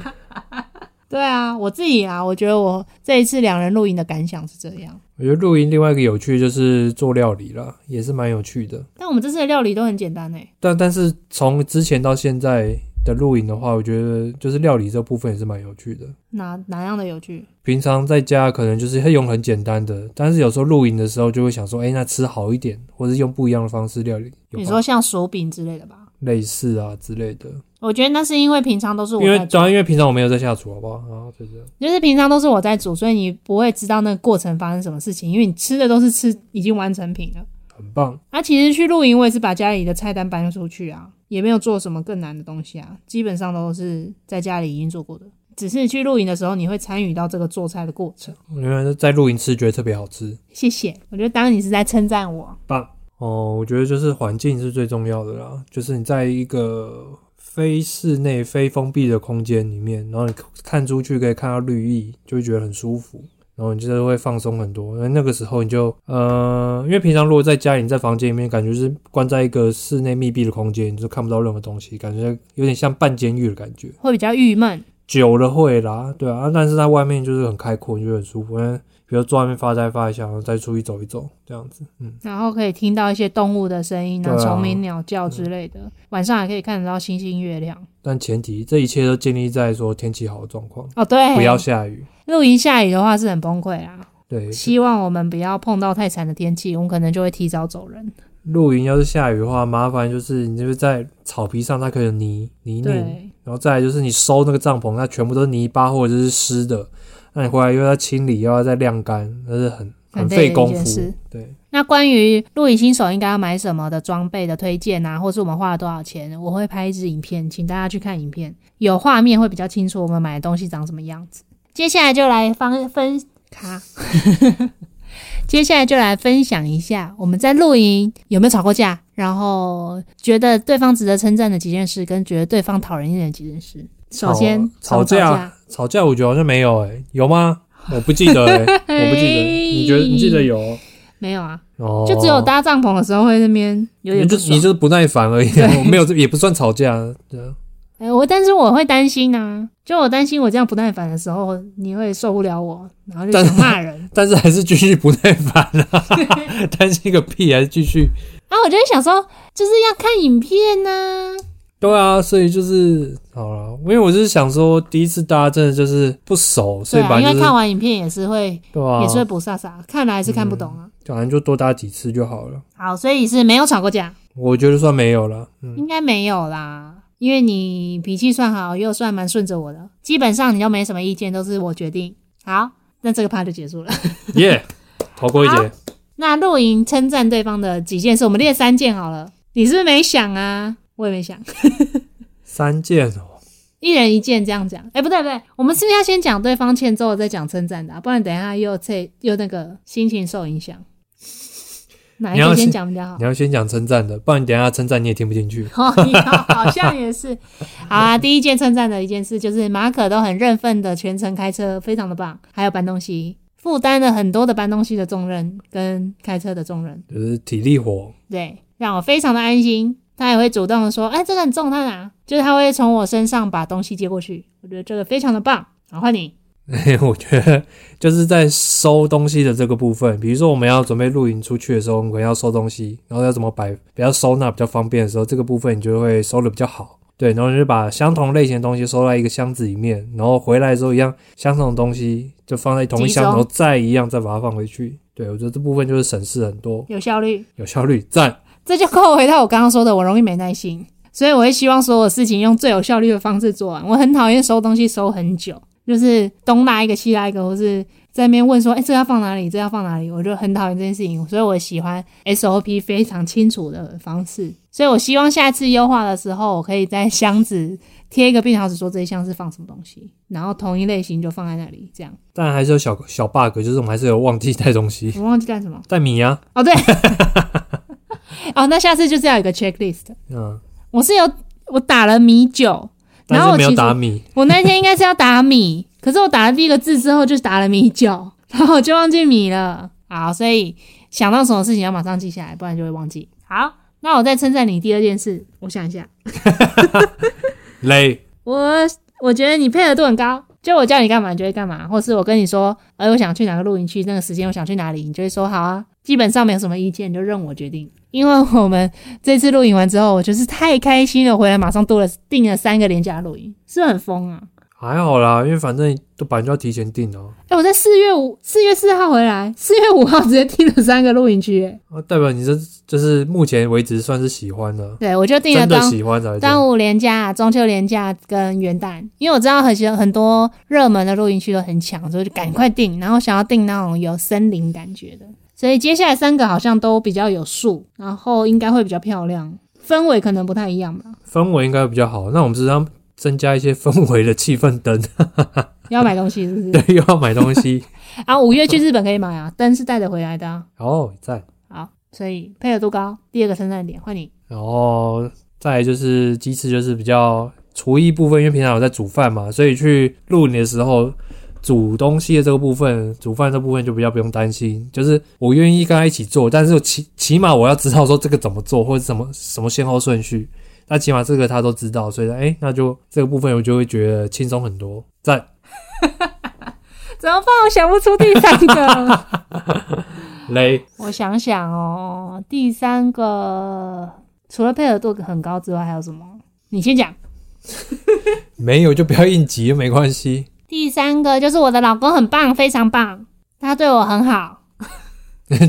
[SPEAKER 1] 对啊，我自己啊，我觉得我这一次两人露营的感想是这样。
[SPEAKER 2] 我觉得露营另外一个有趣就是做料理啦，也是蛮有趣的。
[SPEAKER 1] 但我们这次的料理都很简单欸诶、
[SPEAKER 2] 但但是从之前到现在的露营的话，我觉得就是料理这部分也是蛮有趣的。
[SPEAKER 1] 哪哪样的有趣？
[SPEAKER 2] 平常在家可能就是会用很简单的，但是有时候露营的时候就会想说，哎、那吃好一点，或是用不一样的方式料理，有
[SPEAKER 1] 你
[SPEAKER 2] 吧
[SPEAKER 1] 说像手饼之类的吧？
[SPEAKER 2] 类似啊之类的。
[SPEAKER 1] 我觉得那是因为平常都是我
[SPEAKER 2] 因为
[SPEAKER 1] 在
[SPEAKER 2] 主要因为平常我没有在下厨，好不好？然后就这样。
[SPEAKER 1] 就是平常都是我在煮，所以你不会知道那个过程发生什么事情，因为你吃的都是吃已经完成品了。
[SPEAKER 2] 很棒，
[SPEAKER 1] 啊，其实去露营我也是把家里的菜单搬出去啊，也没有做什么更难的东西啊，基本上都是在家里已经做过的。只是去露营的时候，你会参与到这个做菜的过程。
[SPEAKER 2] 因为在露营吃觉得特别好吃，
[SPEAKER 1] 谢谢，我觉得当你是在称赞我。
[SPEAKER 2] 棒哦。我觉得就是环境是最重要的啦，就是你在一个非室内、非封闭的空间里面，然后你看出去可以看到绿意，就会觉得很舒服。然后你就是会放松很多，那那个时候你就呃，因为平常如果在家里，你在房间里面，感觉是关在一个室内密闭的空间，你就看不到任何东西，感觉有点像半监狱的感觉。
[SPEAKER 1] 会比较郁闷，
[SPEAKER 2] 久了会啦，对啊，啊但是在外面就是很开阔，你就很舒服。因为比如坐外面发呆发一下，然后再出去走一走，这样子，嗯，
[SPEAKER 1] 然后可以听到一些动物的声音啊，
[SPEAKER 2] 对啊
[SPEAKER 1] 虫鸣、鸟叫之类的。晚上还可以看得到星星、月亮。
[SPEAKER 2] 但前提这一切都建立在说天气好的状况，
[SPEAKER 1] 哦，对，
[SPEAKER 2] 不要下雨。
[SPEAKER 1] 露营下雨的话是很崩溃啊。
[SPEAKER 2] 对，
[SPEAKER 1] 希望我们不要碰到太惨的天气，我们可能就会提早走人。
[SPEAKER 2] 露营要是下雨的话，麻烦就是你就是在草皮上，它可能有泥泥泞，
[SPEAKER 1] 对，
[SPEAKER 2] 然后再来就是你收那个帐篷，它全部都是泥巴或者是湿的，那你回来又要清理，又要再晾干，那是很
[SPEAKER 1] 很累
[SPEAKER 2] 很
[SPEAKER 1] 的
[SPEAKER 2] 费
[SPEAKER 1] 一
[SPEAKER 2] 功
[SPEAKER 1] 件
[SPEAKER 2] 夫
[SPEAKER 1] 事。
[SPEAKER 2] 对，
[SPEAKER 1] 那关于露营新手应该要买什么的装备的推荐啊，或是我们花了多少钱，我会拍一支影片，请大家去看影片，有画面会比较清楚我们买的东西长什么样子。接下来就来方分卡， 接下来就来分享一下我们在露营有没有吵过架，然后觉得对方值得称赞的几件事，跟觉得对方讨人厌的几件事。首先，
[SPEAKER 2] 吵
[SPEAKER 1] 怎么
[SPEAKER 2] 架吵架我觉得好像没有诶、欸有吗？我不记得诶、我不记得，你觉得你记得有？
[SPEAKER 1] 没有啊？
[SPEAKER 2] 哦，
[SPEAKER 1] 就只有搭帐篷的时候会那边有
[SPEAKER 2] 你
[SPEAKER 1] 点
[SPEAKER 2] 就
[SPEAKER 1] 不
[SPEAKER 2] 你
[SPEAKER 1] 爽。
[SPEAKER 2] 就是不耐烦而已，我没有这也不算吵架，对啊，
[SPEAKER 1] 哎、我但是我会担心呐、就我担心我这样不耐烦的时候，你会受不了我，然后就
[SPEAKER 2] 但
[SPEAKER 1] 想骂人。
[SPEAKER 2] 但是还是继续不耐烦啊，担心个屁，还是继续。
[SPEAKER 1] 啊，我就会想说，就是要看影片呐、
[SPEAKER 2] 对啊，所以就是好了，因为我就是想说，第一次大家真的就是不熟，所
[SPEAKER 1] 对
[SPEAKER 2] 以
[SPEAKER 1] 啊，
[SPEAKER 2] 反
[SPEAKER 1] 因为
[SPEAKER 2] 正就是
[SPEAKER 1] 看完影片也是会，
[SPEAKER 2] 对啊，
[SPEAKER 1] 也是会不飒飒，看来还是看不懂啊。
[SPEAKER 2] 反正就多搭几次就好了。
[SPEAKER 1] 好，所以是没有吵过架，
[SPEAKER 2] 我觉得算没 有了，嗯，
[SPEAKER 1] 应该没有啦，因为你脾气算好，又算蛮顺着我的，基本上你都没什么意见，都是我决定。好，那这个趴就结束了。
[SPEAKER 2] 耶、逃过一劫。
[SPEAKER 1] 那露营称赞对方的几件事，我们列三件好了。你是不是没想啊？我也没想。
[SPEAKER 2] 三件哦，
[SPEAKER 1] 一人一件这样讲。哎、不对不对，我们是不是要先讲对方欠揍，再讲称赞的、啊？不然等一下又这又那个心情受影 响。哪一
[SPEAKER 2] 你
[SPEAKER 1] 个
[SPEAKER 2] 要
[SPEAKER 1] 先
[SPEAKER 2] 先
[SPEAKER 1] 讲比较好？
[SPEAKER 2] 你要先讲称赞的，不然你等一下称赞你也听不进去。
[SPEAKER 1] 哦，好像也是。好啊，第一件称赞的一件事就是马可都很认份的全程开车，非常的棒，还有搬东西，负担了很多的搬东西的重任跟开车的重任，
[SPEAKER 2] 就是体力活，
[SPEAKER 1] 对，让我非常的安心。他也会主动的说，哎、这个很重，他拿，就是他会从我身上把东西接过去，我觉得这个非常的棒。好，换你。
[SPEAKER 2] 我觉得就是在收东西的这个部分，比如说我们要准备露营出去的时候，我们可能要收东西，然后要怎么摆比较收纳比较方便的时候，这个部分你就会收的比较好。对，然后你就把相同类型的东西收在一个箱子里面，然后回来的时候一样，相同的东西就放在同一箱，
[SPEAKER 1] 集中
[SPEAKER 2] 然后再一样再把它放回去。对，我觉得这部分就是省事很多，
[SPEAKER 1] 有效率，
[SPEAKER 2] 有效率，赞。
[SPEAKER 1] 这就扣回到我刚刚说的，我容易没耐心，所以我会希望所有事情用最有效率的方式做完。我很讨厌收东西收很久，就是东拉一个西拉一个，或是在那边问说，哎、这要放哪里？这要放哪里？我就很讨厌这件事情，所以我喜欢 SOP 非常清楚的方式。所以我希望下次优化的时候，我可以在箱子贴一个便条纸，说这一箱是放什么东西，然后同一类型就放在那里，这样。
[SPEAKER 2] 但还是有小小 bug，就是我们还是有忘记带东西，
[SPEAKER 1] 我忘记干什么
[SPEAKER 2] 带米啊呀、
[SPEAKER 1] 哦，对， 哦，那下次就是要有一个 checklist。
[SPEAKER 2] 嗯，
[SPEAKER 1] 我是有我打了米酒，然
[SPEAKER 2] 但
[SPEAKER 1] 后
[SPEAKER 2] 是
[SPEAKER 1] 我其
[SPEAKER 2] 没有
[SPEAKER 1] 实
[SPEAKER 2] 打米，
[SPEAKER 1] 我那天应该是要打米， 可是我打了第一个字之后就打了米酒， 然后我就忘记米了。好，所以想到什么事情要马上记下来，不然就会忘记。好，那我再称赞你第二件事，我想一下，
[SPEAKER 2] 累，
[SPEAKER 1] 我我觉得你配合度很高，就我叫你干嘛你就会干嘛，或是我跟你说，哎、我想去哪个露营区，那个时间我想去哪里，你就会说好啊。基本上没有什么意见，你就任我决定。因为我们这次露营完之后，我就是太开心了，回来马上多了订了三个廉价露营，是不是很疯啊？
[SPEAKER 2] 还好啦，因为反正都本来就要提前订哦、
[SPEAKER 1] 哎、我在四月五、四月四号回来，四月五号直接订了三个露营区、哎
[SPEAKER 2] 啊，代表你这就是目前为止算是喜欢的，
[SPEAKER 1] 对啊我就订了
[SPEAKER 2] 真的
[SPEAKER 1] 端
[SPEAKER 2] 喜欢的。
[SPEAKER 1] 端午连假、中秋连假跟元旦，因为我知道很些很多热门的露营区都很抢，所以就赶快订，然后想要订那种有森林感觉的。所以接下来三个好像都比较有树，然后应该会比较漂亮，氛围可能不太一样吧。
[SPEAKER 2] 氛围应该比较好。那我们是要增加一些氛围的气氛灯，
[SPEAKER 1] 要买东西是不是？
[SPEAKER 2] 对，又要买东西，
[SPEAKER 1] 啊，五月去日本可以买啊，灯是带着回来的、啊。
[SPEAKER 2] 哦，在，
[SPEAKER 1] 好，所以配合度高。第二个称赞点换你，
[SPEAKER 2] 然后再来就是鸡翅，就是比较厨艺部分，因为平常有在煮饭嘛，所以去露营的时候。煮东西的这个部分，煮饭这部分就比较不用担心，就是我愿意跟他一起做，但是起起码我要知道说这个怎么做，或者什么什么先后顺序，那起码这个他都知道，所以哎、那就这个部分我就会觉得轻松很多。赞，
[SPEAKER 1] 怎么办？我想不出第三个。
[SPEAKER 2] 雷，
[SPEAKER 1] 我想想哦，第三个除了配合度很高之外，还有什么？你先讲。
[SPEAKER 2] 没有就不要应急，没关系。
[SPEAKER 1] 第三个就是我的老公很棒，非常棒，他对我很好，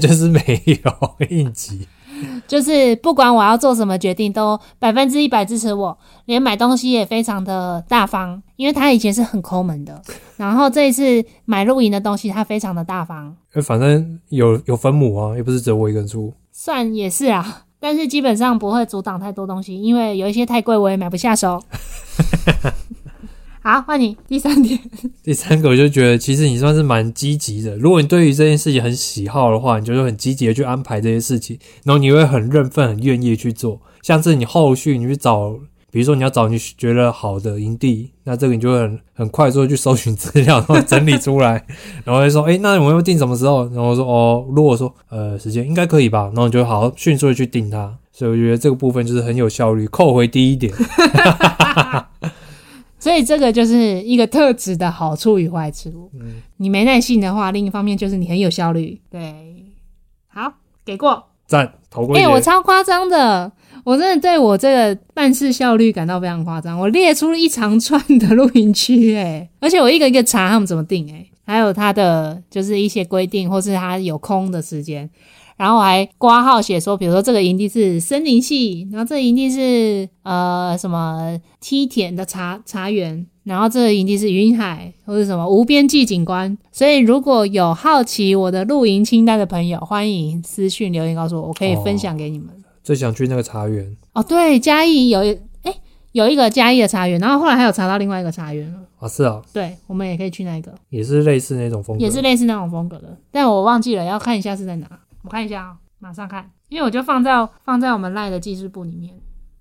[SPEAKER 2] 就是没有应急。
[SPEAKER 1] 就是不管我要做什么决定，都百分之一百支持我，连买东西也非常的大方。因为他以前是很抠门的，然后这一次买露营的东西，他非常的大方，
[SPEAKER 2] 呃反正有有分母啊，又不是只有我一个人出。
[SPEAKER 1] 算也是啊。 但是基本上不会阻挡太多东西，因为有一些太贵我也买不下 手。好，换你第三点，
[SPEAKER 2] 第三个，我就觉得其实你算是蛮积极的。如果你对于这件事情很喜好的话，你就会很积极的去安排这些事情，然后你会很认份、很愿意去做。像是你后续你去找，比如说你要找你觉得好的营地，那这个你就会很很快速的去搜寻资料，然后整理出来，然后会说，诶、那我们要定什么时候？然后我说，哦，如果说呃时间应该可以吧，然后你就好好迅速的去定它。所以我觉得这个部分就是很有效率。扣回第一点，
[SPEAKER 1] 所以这个就是一个特质的好处与坏处。
[SPEAKER 2] 嗯
[SPEAKER 1] 你没耐性的话，另一方面就是你很有效率。对，好，给过。
[SPEAKER 2] 赞，头过
[SPEAKER 1] 哎、
[SPEAKER 2] 一点。
[SPEAKER 1] 我超夸张的，我真的对我这个办事效率感到非常夸张。我列出了一长串的露营区，哎，而且我一个一个查他们怎么定、哎，还有它的就是一些规定，或是它有空的时间。然后我还挂号写说，比如说这个营地是森林系，然后这个营地是呃什么梯田的茶茶园，然后这个营地是云海或者什么无边际景观。所以如果有好奇我的露营清单的朋友，欢迎私讯留言告诉我，我可以分享给你们。
[SPEAKER 2] 最想去那个茶园
[SPEAKER 1] 哦，对，嘉义有一哎有一个嘉义的茶园，然后后来还有查到另外一个茶园了。
[SPEAKER 2] 啊，是啊，
[SPEAKER 1] 对，我们也可以去那个，
[SPEAKER 2] 也是类似那种风格，
[SPEAKER 1] 也是类似那种风格的，但我忘记了，要看一下是在哪。我看一下啊、马上看，因为我就放在放在我们赖的技术部里面。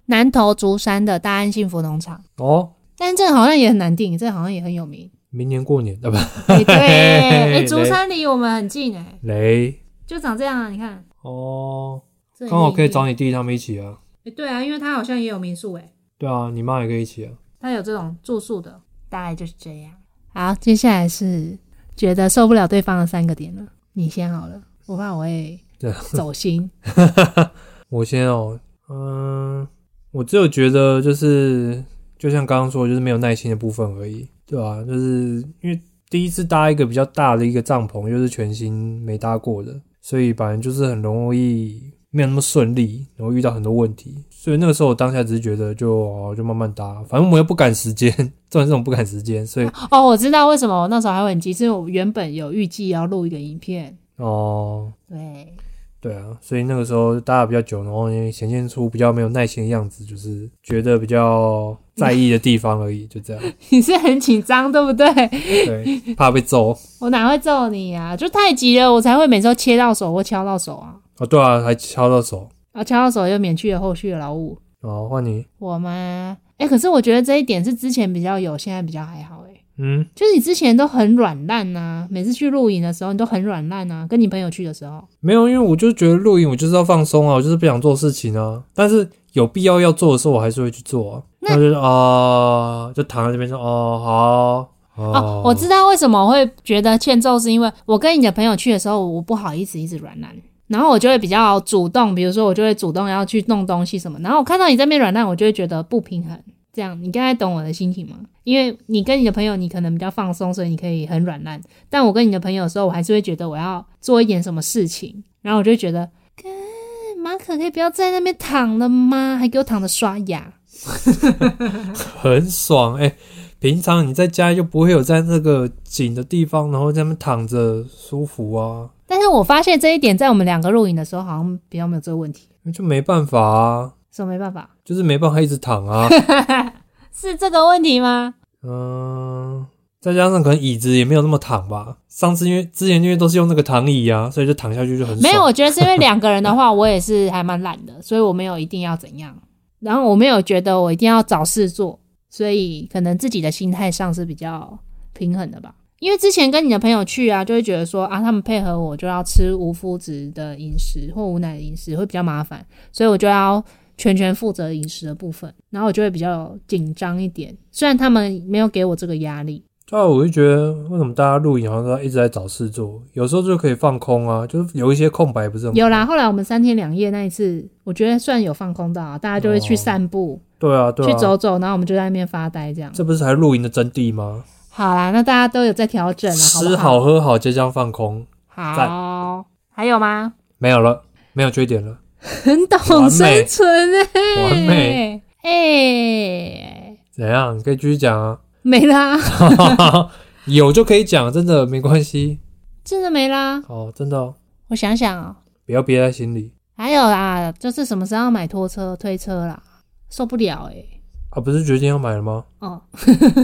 [SPEAKER 1] 南投竹山的大安幸福农场，
[SPEAKER 2] 哦。
[SPEAKER 1] 但是这个好像也很难定，这个好像也很有 名。
[SPEAKER 2] 明年过年啊，不
[SPEAKER 1] 哎对，哎、竹山离我们很近哎、
[SPEAKER 2] 雷
[SPEAKER 1] 就长这样啊，你看，
[SPEAKER 2] 哦，
[SPEAKER 1] 这里
[SPEAKER 2] 刚好可以
[SPEAKER 1] 也
[SPEAKER 2] 找你弟他们一起啊。
[SPEAKER 1] 哎对啊，因为它好像也有民宿哎、
[SPEAKER 2] 对啊，你妈也可以一起啊。
[SPEAKER 1] 他有这种住宿的，大概就是这样。好，接下来是觉得受不了对方的三个点了，你先好了，我怕我会
[SPEAKER 2] 对
[SPEAKER 1] 走心。
[SPEAKER 2] 我先哦，嗯，我只有觉得就是，就像刚刚说的，就是没有耐心的部分而已，对啊，就是因为第一次搭一个比较大的一个帐篷，又是全新没搭过的，所以反正就是很容易没有那么顺利，然后遇到很多问题。所以那个时候我当下只是觉得就哦就慢慢搭，反正我又不赶时间， 重点是我们不赶时间，所以
[SPEAKER 1] 哦，我知道为什么我那时候还会很急，是因为我原本有预计要录一个影片，
[SPEAKER 2] 哦，
[SPEAKER 1] 对，
[SPEAKER 2] 对啊，所以那个时候搭的比较久，然后也显现出比较没有耐心的样子，就是觉得比较在意的地方而已，就这样。
[SPEAKER 1] 你是很紧张对不对？
[SPEAKER 2] 对，怕被揍。
[SPEAKER 1] 我哪会揍你啊？就太急了，我才会每次都切到手或敲到手啊，
[SPEAKER 2] 哦，对啊，还敲到手。
[SPEAKER 1] 啊，敲到手又免去了后续的劳务。
[SPEAKER 2] 哦，换你。
[SPEAKER 1] 我吗？哎、可是我觉得这一点是之前比较有，现在比较还好哎、
[SPEAKER 2] 嗯，
[SPEAKER 1] 就是你之前都很软烂呐，每次去露营的时候你都很软烂呐，跟你朋友去的时候，
[SPEAKER 2] 没有，因为我就觉得露营我就是要放松啊，我就是不想做事情啊。但是有必要要做的时候，我还是会去做啊。
[SPEAKER 1] 那
[SPEAKER 2] 那就是哦，就躺在这边说哦，好哦
[SPEAKER 1] 哦，我知道为什么我会觉得欠揍，是因为我跟你的朋友去的时候，我不好意思一直软烂，然后我就会比较主动，比如说我就会主动要去弄东西什么，然后我看到你在那边软烂，我就会觉得不平衡。这样，你刚才懂我的心情吗？因为你跟你的朋友，你可能比较放松，所以你可以很软烂。但我跟你的朋友的时候，我还是会觉得我要做一点什么事情，然后我就会觉得，干马可可以不要在那边躺了吗？还给我躺着刷牙。
[SPEAKER 2] 很爽哎、平常你在家又不会有在那个紧的地方，然后在那边躺着舒服啊。
[SPEAKER 1] 但是我发现这一点，在我们两个录影的时候，好像比较没有这个问题，
[SPEAKER 2] 那就没办法啊，
[SPEAKER 1] 所以没办法，
[SPEAKER 2] 就是没办法一直 躺啊。
[SPEAKER 1] 是这个问题吗？
[SPEAKER 2] 嗯，再加上可能椅子也没有那么躺吧。上次因为之前因为都是用那个躺椅啊，所以就躺下去就很爽。
[SPEAKER 1] 没有，我觉得是因为两个人的话，我也是还蛮懒的，所以我没有一定要怎样，然后我没有觉得我一定要找事做，所以可能自己的心态上是比较平衡的吧。因为之前跟你的朋友去啊，就会觉得说啊，他们配合我就要吃无麸质的饮食或无奶的饮食会比较麻烦，所以我就要全权负责饮食的部分，然后我就会比较紧张一点。虽然他们没有给我这个压力，
[SPEAKER 2] 对啊，我就觉得为什么大家露营好像都一直在找事做，有时候就可以放空啊，就是有一些空白不是很
[SPEAKER 1] 有啦，后来我们三天两夜那一次，我觉得算有放空到啊，大家就会去散步、
[SPEAKER 2] 哦对啊，对啊，
[SPEAKER 1] 去走走，然后我们就在那边发呆这样。
[SPEAKER 2] 这不是才是露营的真谛吗？
[SPEAKER 1] 好啦，那大家都有在调整了，好不
[SPEAKER 2] 吃好喝好，即将放空，
[SPEAKER 1] 好？
[SPEAKER 2] 赞
[SPEAKER 1] 好，还有吗？
[SPEAKER 2] 没有了，没有缺点了。
[SPEAKER 1] 很懂
[SPEAKER 2] 完
[SPEAKER 1] 生
[SPEAKER 2] 美
[SPEAKER 1] 存哎、
[SPEAKER 2] 完美
[SPEAKER 1] 哎、
[SPEAKER 2] 怎样？你可以继续讲啊，
[SPEAKER 1] 没啦，
[SPEAKER 2] 有就可以讲，真的没关系。
[SPEAKER 1] 真的没啦。
[SPEAKER 2] 哦，真的、哦，
[SPEAKER 1] 我想想哦，
[SPEAKER 2] 不要憋在心里
[SPEAKER 1] 还有啦，就是什么时候要买拖车、推车啦，受不了哎、
[SPEAKER 2] 啊！不是决定要买了吗？
[SPEAKER 1] 哦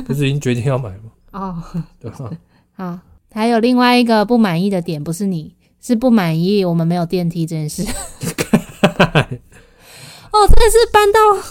[SPEAKER 2] 不是已经决定要买 了吗？
[SPEAKER 1] 哦，
[SPEAKER 2] 对吧？
[SPEAKER 1] 好，还有另外一个不满意的点，不是你，是不满意我们没有电梯这件事。哦，真的是搬到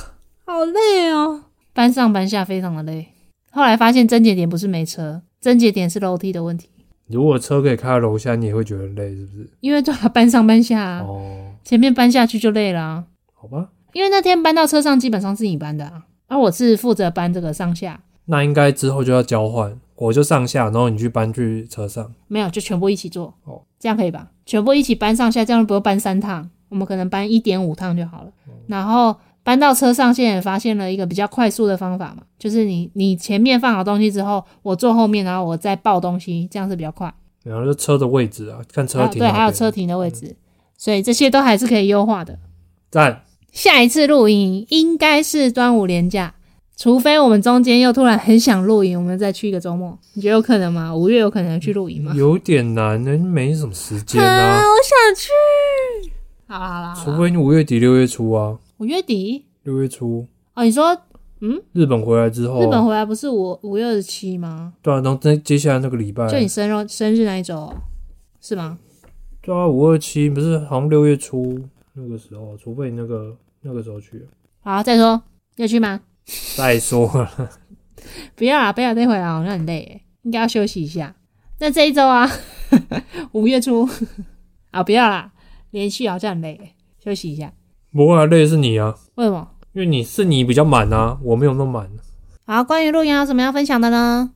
[SPEAKER 1] 好累哦，搬上搬下非常的累。后来发现症结点不是没车，症结点是楼梯的问题，
[SPEAKER 2] 如果车可以开到楼下，你也会觉得很累，是不是？
[SPEAKER 1] 因为对啊，搬上搬下啊、
[SPEAKER 2] 哦，
[SPEAKER 1] 前面搬下去就累了啊、
[SPEAKER 2] 好吧，
[SPEAKER 1] 因为那天搬到车上基本上是你搬的啊，而、我是负责搬这个上下，
[SPEAKER 2] 那应该之后就要交换，我就上下，然后你去搬去车上。
[SPEAKER 1] 没有就全部一起做，
[SPEAKER 2] 哦
[SPEAKER 1] 这样可以吧？全部一起搬上下，这样不用搬三趟，我们可能搬一点五趟就好了。
[SPEAKER 2] 哦
[SPEAKER 1] 然后搬到车上，现在也发现了一个比较快速的方法嘛，就是你你前面放好东西之后，我坐后面，然后我再抱东西，这样是比较快。
[SPEAKER 2] 然后就车的位置啊，看车
[SPEAKER 1] 还有
[SPEAKER 2] 停
[SPEAKER 1] 对，
[SPEAKER 2] 哪
[SPEAKER 1] 还有
[SPEAKER 2] 边嗯
[SPEAKER 1] 车停的位置，所以这些都还是可以优化的。
[SPEAKER 2] 赞，
[SPEAKER 1] 下一次露营应该是端午连假，除非我们中间又突然很想露营，我们再去一个周末，你觉得有可能吗？五月有可能去露营吗？
[SPEAKER 2] 有点难，那没什么时间
[SPEAKER 1] 啊，
[SPEAKER 2] 啊，
[SPEAKER 1] 我想去。好啦好啦好
[SPEAKER 2] 除
[SPEAKER 1] 啦，
[SPEAKER 2] 非你五月底六月初啊，
[SPEAKER 1] 五月底
[SPEAKER 2] 六月初
[SPEAKER 1] 哦，你说
[SPEAKER 2] 日本回来之后，啊
[SPEAKER 1] 日本回来不是五五月二十七吗？
[SPEAKER 2] 对啊，然后接接下来那个礼拜，
[SPEAKER 1] 就你生日生日那一周哦、是吗？
[SPEAKER 2] 对啊，五二七不是好像六月初那个时候，除非你那个那个时候去。
[SPEAKER 1] 好，再说要去吗？
[SPEAKER 2] 再说了，
[SPEAKER 1] 不要啦，不要再回来哦，那很累耶，应该要休息一下。那这一周啊， 五月初 啊，不要啦，连续好像很累耶，休息一下。
[SPEAKER 2] 不会啊，累的是你啊，
[SPEAKER 1] 为什么？
[SPEAKER 2] 因为你是你比较满啊，我没有那么满。
[SPEAKER 1] 好，关于露营还有什么要分享的呢？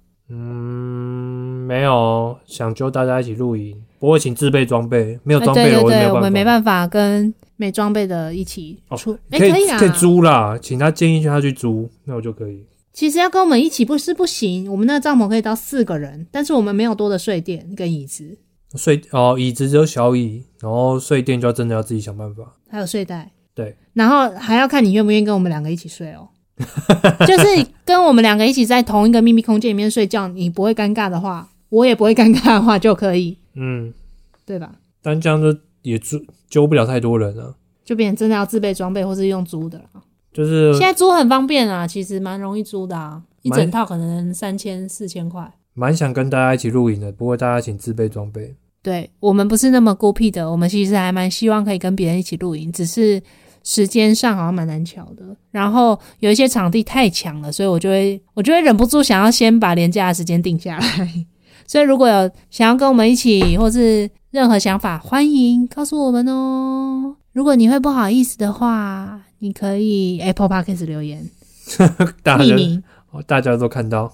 [SPEAKER 2] 嗯，没有，想揪大家一起露营，不过请自备装备，没有
[SPEAKER 1] 哎
[SPEAKER 2] 装备
[SPEAKER 1] 对对
[SPEAKER 2] 我也
[SPEAKER 1] 对，
[SPEAKER 2] 有
[SPEAKER 1] 我们没
[SPEAKER 2] 办法。
[SPEAKER 1] 办法跟没装备的一起
[SPEAKER 2] 哦
[SPEAKER 1] 出，哎、
[SPEAKER 2] 可
[SPEAKER 1] 以
[SPEAKER 2] 以
[SPEAKER 1] 啦。
[SPEAKER 2] 可以租啦，请他建议一下他去租，那我就可以。
[SPEAKER 1] 其实要跟我们一起不是不行，我们那个帐篷可以到四个人，但是我们没有多的睡垫跟椅子，
[SPEAKER 2] 睡哦，椅子只有小椅，然后睡垫就要真的要自己想办法。
[SPEAKER 1] 还有睡袋。
[SPEAKER 2] 对，
[SPEAKER 1] 然后还要看你愿不愿意跟我们两个一起睡哦。 就是跟我们两个一起在同一个秘密空间里面睡觉，你不会尴尬的话，我也不会尴尬的话就可以，
[SPEAKER 2] 嗯，
[SPEAKER 1] 对吧？
[SPEAKER 2] 但这样就也租揪不了太多人啊，
[SPEAKER 1] 就变成真的要自备装备或是用租的了。
[SPEAKER 2] 就是
[SPEAKER 1] 现在租很方便啊，其实蛮容易租的啊，一
[SPEAKER 2] 蛮
[SPEAKER 1] 整套可能三千四千块。
[SPEAKER 2] 蛮想跟大家一起露营的，不过大家请自备装备。
[SPEAKER 1] 对我们不是那么孤僻的，我们其实还蛮希望可以跟别人一起露营，只是时间上好像蛮难巧的。然后有一些场地太强了，所以我就会我就会忍不住想要先把廉价的时间定下来。 所以如果有想要跟我们一起，或是任何想法，欢迎告诉我们哦。如果你会不好意思的话，你可以 Apple Podcast 留言
[SPEAKER 2] 大家
[SPEAKER 1] 匿名。
[SPEAKER 2] 哦大家都看到，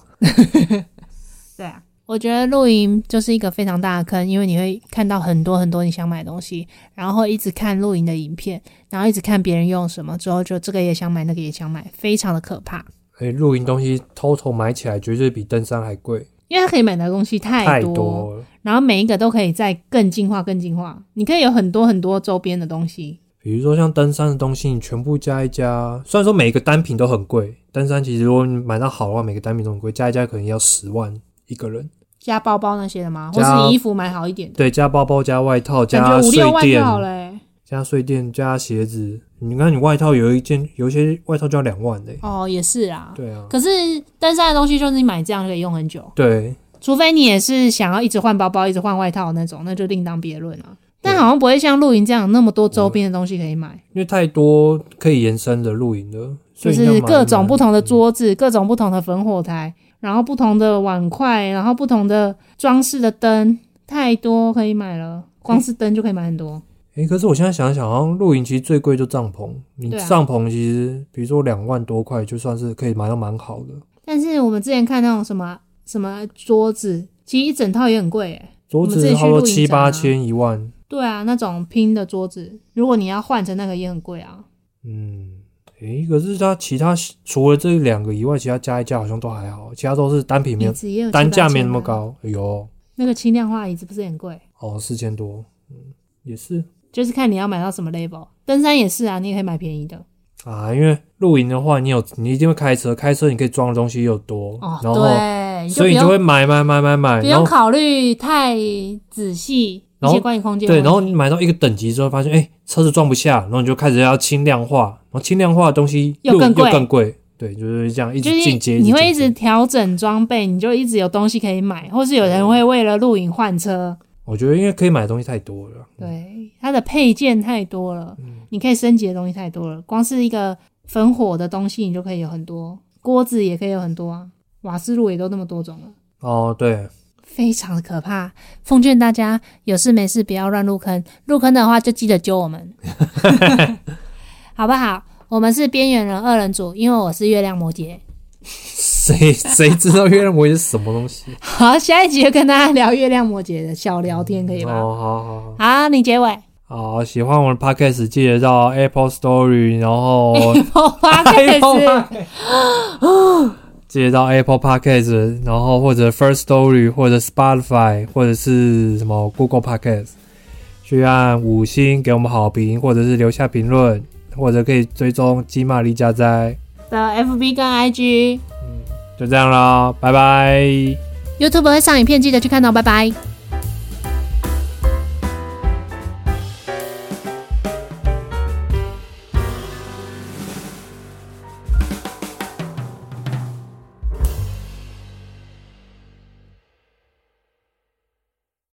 [SPEAKER 1] 对啊，我觉得露营就是一个非常大的坑，因为你会看到很多很多你想买的东西，然后一直看露营的影片，然后一直看别人用什么，之后就这个也想买，那个也想买，非常的可怕。
[SPEAKER 2] 哎、露营东西偷偷买起来绝对比登山还贵，
[SPEAKER 1] 因为它可以买的东西太
[SPEAKER 2] 太
[SPEAKER 1] 多，
[SPEAKER 2] 多了。
[SPEAKER 1] 然后每一个都可以再更进化、更进化。你可以有很多很多周边的东西，
[SPEAKER 2] 比如说像登山的东西，你全部加一加，虽然说每个单品都很贵，登山其实如果你买到好的话，每个单品都很贵，加一加可能要十万一个人。
[SPEAKER 1] 加包包那些的吗？或
[SPEAKER 2] 加
[SPEAKER 1] 是你衣服买好一点的，
[SPEAKER 2] 对，加包包、加外套、
[SPEAKER 1] 感
[SPEAKER 2] 加
[SPEAKER 1] 觉五
[SPEAKER 2] 睡
[SPEAKER 1] 六万就
[SPEAKER 2] 垫、
[SPEAKER 1] 好了、欸。
[SPEAKER 2] 加睡垫、加鞋子。你看你外套有一件，有一些外套就要两万嘞、
[SPEAKER 1] 哦，也是啊。
[SPEAKER 2] 对啊，
[SPEAKER 1] 可是登山的东西就是你买这样就可以用很久。
[SPEAKER 2] 对，
[SPEAKER 1] 除非你也是想要一直换包包、一直换外套那种，那就另当别论啊。但好像不会像露营这样那么多周边的东西可以买，
[SPEAKER 2] 因为太多可以延伸的露营了，所
[SPEAKER 1] 就
[SPEAKER 2] 以你要
[SPEAKER 1] 是
[SPEAKER 2] 买
[SPEAKER 1] 各种不同的
[SPEAKER 2] 嗯
[SPEAKER 1] 桌子、各种不同的焚火台，然后不同的碗筷，然后不同的装饰的灯，太多可以买了。光是灯就可以买很多，
[SPEAKER 2] 诶，可是我现在想一想，好像露营其实最贵就帐篷。你
[SPEAKER 1] 对啊
[SPEAKER 2] 帐篷其实，比如说两万多块，就算是可以买到蛮好的。
[SPEAKER 1] 但是我们之前看那种什么什么桌子，其实一整套也很贵诶、
[SPEAKER 2] 桌
[SPEAKER 1] 我们自己
[SPEAKER 2] 子
[SPEAKER 1] 去
[SPEAKER 2] 差不
[SPEAKER 1] 露
[SPEAKER 2] 多
[SPEAKER 1] 营
[SPEAKER 2] 七
[SPEAKER 1] 展啊
[SPEAKER 2] 八千、一万，
[SPEAKER 1] 对啊，那种拼的桌子，如果你要换成那个也很贵啊。
[SPEAKER 2] 嗯，诶，诶，可是它其他除了这两个以外，其他加一加好像都还好，其他都是单品没
[SPEAKER 1] 椅
[SPEAKER 2] 有
[SPEAKER 1] 子也有
[SPEAKER 2] 单价
[SPEAKER 1] 700
[SPEAKER 2] 没那么
[SPEAKER 1] 千啊，
[SPEAKER 2] 高。哎呦，
[SPEAKER 1] 那个轻量化椅子不是很贵？
[SPEAKER 2] 哦，四千多，嗯，也是
[SPEAKER 1] 就是看你要买到什么 level。登山也是啊，你也可以买便宜的。
[SPEAKER 2] 啊，因为露营的话，你有你一定会开车，开车你可以装的东西又多，
[SPEAKER 1] 哦，
[SPEAKER 2] 然后
[SPEAKER 1] 对，你就
[SPEAKER 2] 所
[SPEAKER 1] 不
[SPEAKER 2] 以你就
[SPEAKER 1] 用
[SPEAKER 2] 会买买买买买，
[SPEAKER 1] 不
[SPEAKER 2] 然
[SPEAKER 1] 用
[SPEAKER 2] 后
[SPEAKER 1] 考虑太仔细一
[SPEAKER 2] 然后
[SPEAKER 1] 些关于空间的
[SPEAKER 2] 对，
[SPEAKER 1] 问题。
[SPEAKER 2] 然后你买到一个等级之后，发现哎、诶车子装不下，然后你就开始要轻量化，然后轻量化的东西
[SPEAKER 1] 又
[SPEAKER 2] 露营
[SPEAKER 1] 更贵
[SPEAKER 2] 又更贵，对，就是这样一直
[SPEAKER 1] 就是
[SPEAKER 2] 进阶，
[SPEAKER 1] 你会一
[SPEAKER 2] 进阶
[SPEAKER 1] 直调整装备，你就一直有东西可以买，或是有人会为了露营换车。
[SPEAKER 2] 我觉得因为可以买的东西太多了，
[SPEAKER 1] 对，它的配件太多了，
[SPEAKER 2] 嗯
[SPEAKER 1] 你可以升级的东西太多了。光是一个焚火的东西，你就可以有很多，锅子也可以有很多啊，瓦斯炉也都那么多种了。
[SPEAKER 2] 哦，对，
[SPEAKER 1] 非常的可怕，奉劝大家有事没事不要乱入坑，入坑的话就记得揪我们，好不好？我们是边缘人二人组，因为我是月亮摩羯。
[SPEAKER 2] 谁 谁知道月亮摩羯是什么东西？
[SPEAKER 1] 好，下一集就跟大家聊月亮摩羯的小聊天，可以吗？
[SPEAKER 2] 哦，好好好。
[SPEAKER 1] 好，你结尾。
[SPEAKER 2] 好，喜欢我的 podcast，记得到 Apple Story，然后
[SPEAKER 1] 我花
[SPEAKER 2] 哎 Apple Podcast 记得到 Apple Podcast，然后或者 First Story，或者 Spotify，或者是什么 Google Podcast，去按五星给我们好评，或者是留下评论，或者可以追踪金玛丽家哉，
[SPEAKER 1] 的 FB 跟 IG、
[SPEAKER 2] 就这样啦，拜拜。
[SPEAKER 1] YouTube 会上影片，记得去看哦，拜拜。